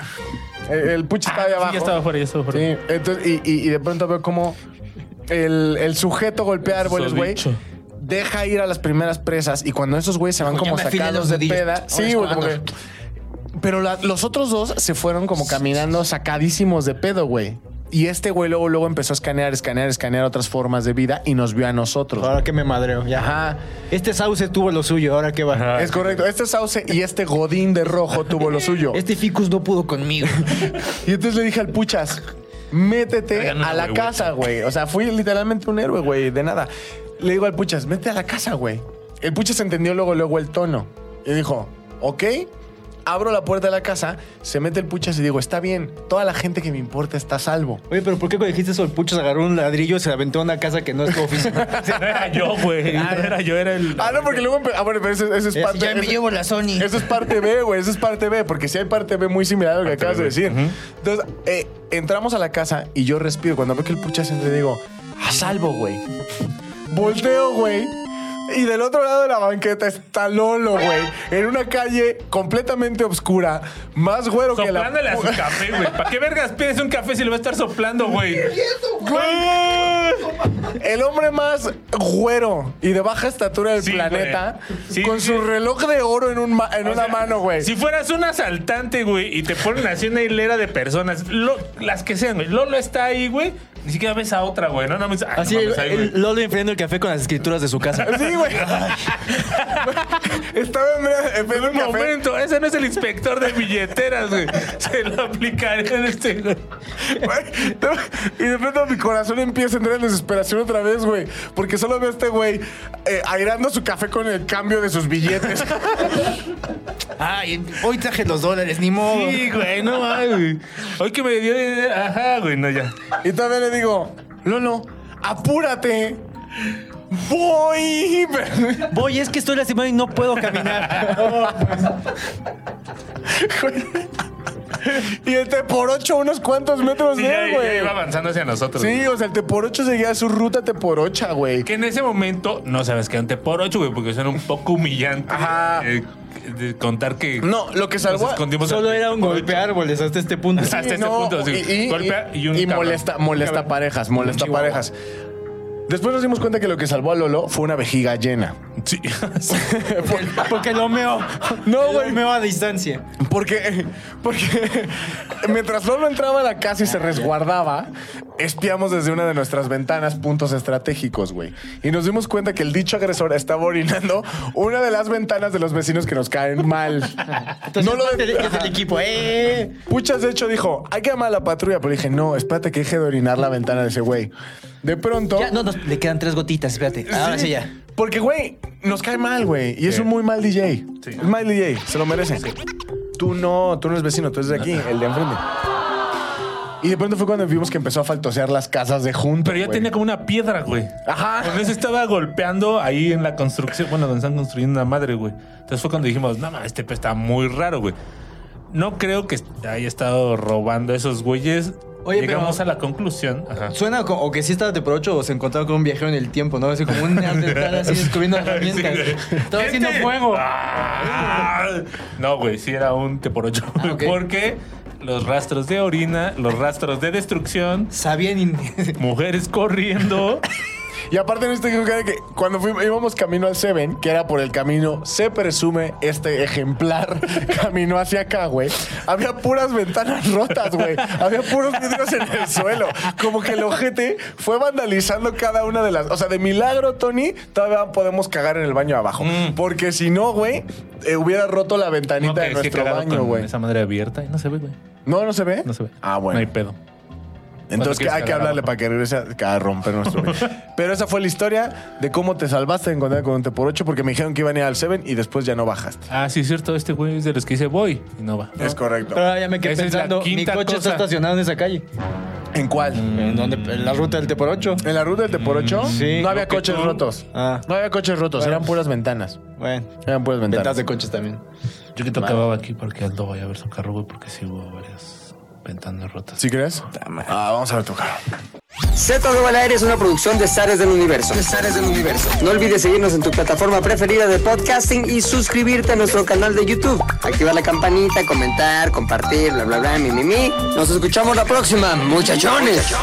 S2: eh, El pucha estaba allá
S4: Sí,
S2: abajo.
S4: ya estaba fuera, ya estaba fuera.
S2: Sí, entonces, y, y- y de pronto veo como el, el sujeto golpea árboles, güey.
S4: Susodicho.
S2: Deja ir a las primeras presas y cuando esos güeyes se van
S9: Como,
S2: como
S9: ya me afilé
S2: sacados
S9: los
S2: de
S9: dedillos.
S2: peda.
S9: Ahora
S2: Sí,
S9: es
S2: güey,
S9: cuando.
S2: como que- Pero la- los otros dos se fueron como caminando sacadísimos de pedo, güey. Y este güey luego, luego empezó a escanear, escanear, escanear otras formas de vida y nos vio a nosotros.
S9: Ah.
S3: Ahora que me madreo, ya.
S2: Ajá.
S3: Este sauce tuvo lo suyo, ahora que va.
S4: Ajá.
S2: Es correcto. Este sauce y este godín de rojo tuvo lo suyo.
S9: Este ficus no pudo conmigo.
S2: Y entonces le dije al Puchas, métete
S4: Traigan una
S2: a la
S4: huevueta.
S2: casa, güey. O sea, fui literalmente un héroe, güey, de nada. Le digo al Puchas, métete a la casa, güey. El Puchas entendió luego, luego el tono. Y dijo, ok, abro la puerta de la casa, se mete el Puchas y digo, está bien, toda la gente que me importa está a salvo.
S3: Oye, pero ¿por qué cuando dijiste eso, el pucho se agarró un ladrillo y se aventó a una casa que no es tu oficina?
S4: Sí, no era yo, güey. No era yo, era el.
S2: Ah, no, porque luego... empe- Ah, bueno, pero eso, eso es
S9: Así,
S2: parte...
S9: ya me
S2: eso-
S9: llevo la Sony.
S2: Eso es parte B, güey. Eso es parte B, porque sí hay parte B muy similar a lo que acabas de
S4: B,
S2: decir.
S4: ujú.
S2: Entonces, eh, entramos a la casa y yo respiro. Cuando veo que el pucha se entra, digo, a salvo, güey. Volteo, güey. Y del otro lado de la banqueta está Lolo, güey. En una calle completamente oscura, más güero que la.
S4: Soplándole a su café, güey. ¿Para qué vergas pides un café si le va a estar soplando, güey?
S2: El hombre más güero y de baja estatura del
S4: Sí, güey.
S2: planeta,
S4: Sí,
S2: con
S4: sí.
S2: su reloj de oro en, un ma- en
S4: O
S2: una
S4: sea,
S2: mano, güey.
S4: Si fueras un asaltante, güey, y te ponen así una hilera de personas, lo- las que sean, güey. Lolo está ahí, güey. Ni siquiera ves a otra, güey. No, no me dices, "Ay, no
S3: Así,
S4: mames,
S3: el,
S4: ahí,
S3: el
S4: güey".
S3: Lolo enfriando el café con las escrituras de su casa.
S2: Sí, güey. Estaba en, en
S4: En
S2: pleno
S4: un
S2: café.
S4: momento, ese no es el inspector de billeteras, güey. Se lo aplicaría en este, güey.
S2: Güey, Y de pronto mi corazón empieza a entrar en desesperación otra vez, güey. Porque solo veo a este güey eh, airando su café con el cambio de sus billetes.
S9: Ay, hoy traje los dólares, ni modo.
S4: Sí, güey, no mames, güey. Hoy que me dio. Ajá, güey, no, ya.
S2: y todavía le digo, Lolo, apúrate. Voy.
S3: Voy, es que estoy lastimado y no puedo caminar.
S2: y el te por ocho, unos cuantos metros
S4: Sí,
S2: de
S4: ya,
S2: él,
S4: ya
S2: güey.
S4: iba avanzando hacia nosotros.
S2: Sí,
S4: güey.
S2: o sea, el te por ocho seguía su ruta te por ocha, güey.
S4: Que en ese momento no sabes que ante por ocho, güey, porque son un poco humillante.
S2: Ajá.
S4: eh, de contar que.
S2: No, lo que salvó.
S4: Nos escondimos
S3: Solo
S4: al-
S3: era un
S4: por
S3: golpe árboles hasta este punto.
S4: Hasta este
S2: No,
S4: punto. sí.
S2: y, y-
S4: golpea y, un
S2: y
S4: cabrón.
S2: molesta, molesta parejas, molesta
S4: Chihuahua.
S2: parejas. Después nos dimos cuenta que lo que salvó a Lolo fue una vejiga llena.
S4: Sí.
S3: Porque lo meo.
S2: No,
S3: No,
S2: güey.
S3: güey. Lo meo a distancia.
S2: Porque, porque mientras Lolo entraba a la casa y se resguardaba, espiamos desde una de nuestras ventanas puntos estratégicos, güey. Y nos dimos cuenta que el dicho agresor estaba orinando una de las ventanas de los vecinos que nos caen mal.
S3: Entonces,
S2: No lo
S3: es
S2: de-
S3: del- es del equipo. ¡Eh!
S2: Puchas, de hecho, dijo, hay que llamar a la patrulla. Pero dije, no, espérate que deje de orinar la ventana de ese güey. De pronto...
S9: Ya, no, no, le quedan tres gotitas, espérate.
S2: Ah,
S9: Ahora sí, ya.
S2: Porque, güey, nos cae mal, güey. Y es un muy mal DJ. Es mal DJ, se lo merece. Tú no, tú no eres vecino, tú eres de aquí, el de enfrente. Y de pronto fue cuando vimos que empezó a faltosear las casas de junto.
S4: Pero ya
S2: güey.
S4: tenía como una piedra, güey.
S2: Ajá.
S4: Con eso estaba golpeando ahí en la construcción. Bueno, donde están construyendo una madre, güey. Entonces fue cuando dijimos, no, mames, este pez está muy raro, güey. No creo que haya estado robando a esos güeyes.
S3: Oye,
S4: Llegamos
S3: pero-
S4: a la conclusión. Ajá.
S3: Suena como, o que sí estaba de por ocho o se encontraba con un viajero en el tiempo, ¿no? Así como un neandertal así descubriendo herramientas.
S4: Sí, güey.
S3: Estaba haciendo
S4: Gente.
S3: fuego.
S4: Ah. No, güey, sí era un te por ocho. güey,
S3: ok.
S4: Porque los rastros de orina, los rastros de destrucción,
S3: Sabían. in-
S4: mujeres corriendo.
S2: Y aparte en este que cuando fuimos, íbamos camino al Seven, que era por el camino, se presume este ejemplar caminó hacia acá, güey. Había puras ventanas rotas, güey. Había puros vidrios en el suelo. Como que el ojete fue vandalizando cada una de las. O sea, de milagro, Tony, todavía podemos cagar en el baño abajo.
S4: Mm.
S2: Porque si no, güey, eh, hubiera roto la ventanita
S4: No, que
S2: de
S4: sí he
S2: nuestro
S4: cagado
S2: baño,
S4: con
S2: güey.
S4: Esa madre abierta y no se ve, güey.
S2: No, no se ve.
S4: No se ve.
S2: Ah, bueno.
S4: No hay pedo.
S2: Entonces
S4: Cuando quieres
S2: hay que
S4: cagar
S2: hablarle
S4: abajo.
S2: para que regrese a, a romper nuestro. Pero esa fue la historia de cómo te salvaste de encontrar con un T por 8 porque me dijeron que iban a ir al 7 y después ya no bajaste.
S4: Ah, sí, es cierto. Este güey es de los que dice voy y no va.
S2: Es correcto.
S3: Pero ahora ya me quedé
S4: Esa es la
S3: pensando, mi
S4: quinta
S3: coche está
S4: cosa.
S3: estacionado en esa calle.
S2: ¿En cuál?
S3: ¿En dónde? En la ruta del T por 8.
S2: ¿En la ruta del T por 8?
S3: Mm, sí,
S2: No había
S3: creo que
S2: coches
S3: tú.
S2: rotos.
S3: Ah.
S2: No había coches rotos,
S3: Bueno.
S2: eran puras ventanas.
S3: Bueno,
S2: Eran puras
S3: ventas
S2: ventanas.
S3: de coches también.
S4: Yo que tocaba aquí porque Aldo vaya a ver su carro, güey, porque sí hubo varias ventanas rotas.
S2: ¿Sí crees? Ah, vamos a ver tu carro.
S5: Z de al aire es una producción de Zares del Universo. del Universo. No olvides seguirnos en tu plataforma preferida de podcasting y suscribirte a nuestro canal de YouTube. Activar la campanita, comentar, compartir, bla, bla, bla, mi, mi, mi. Nos escuchamos la próxima, muchachones.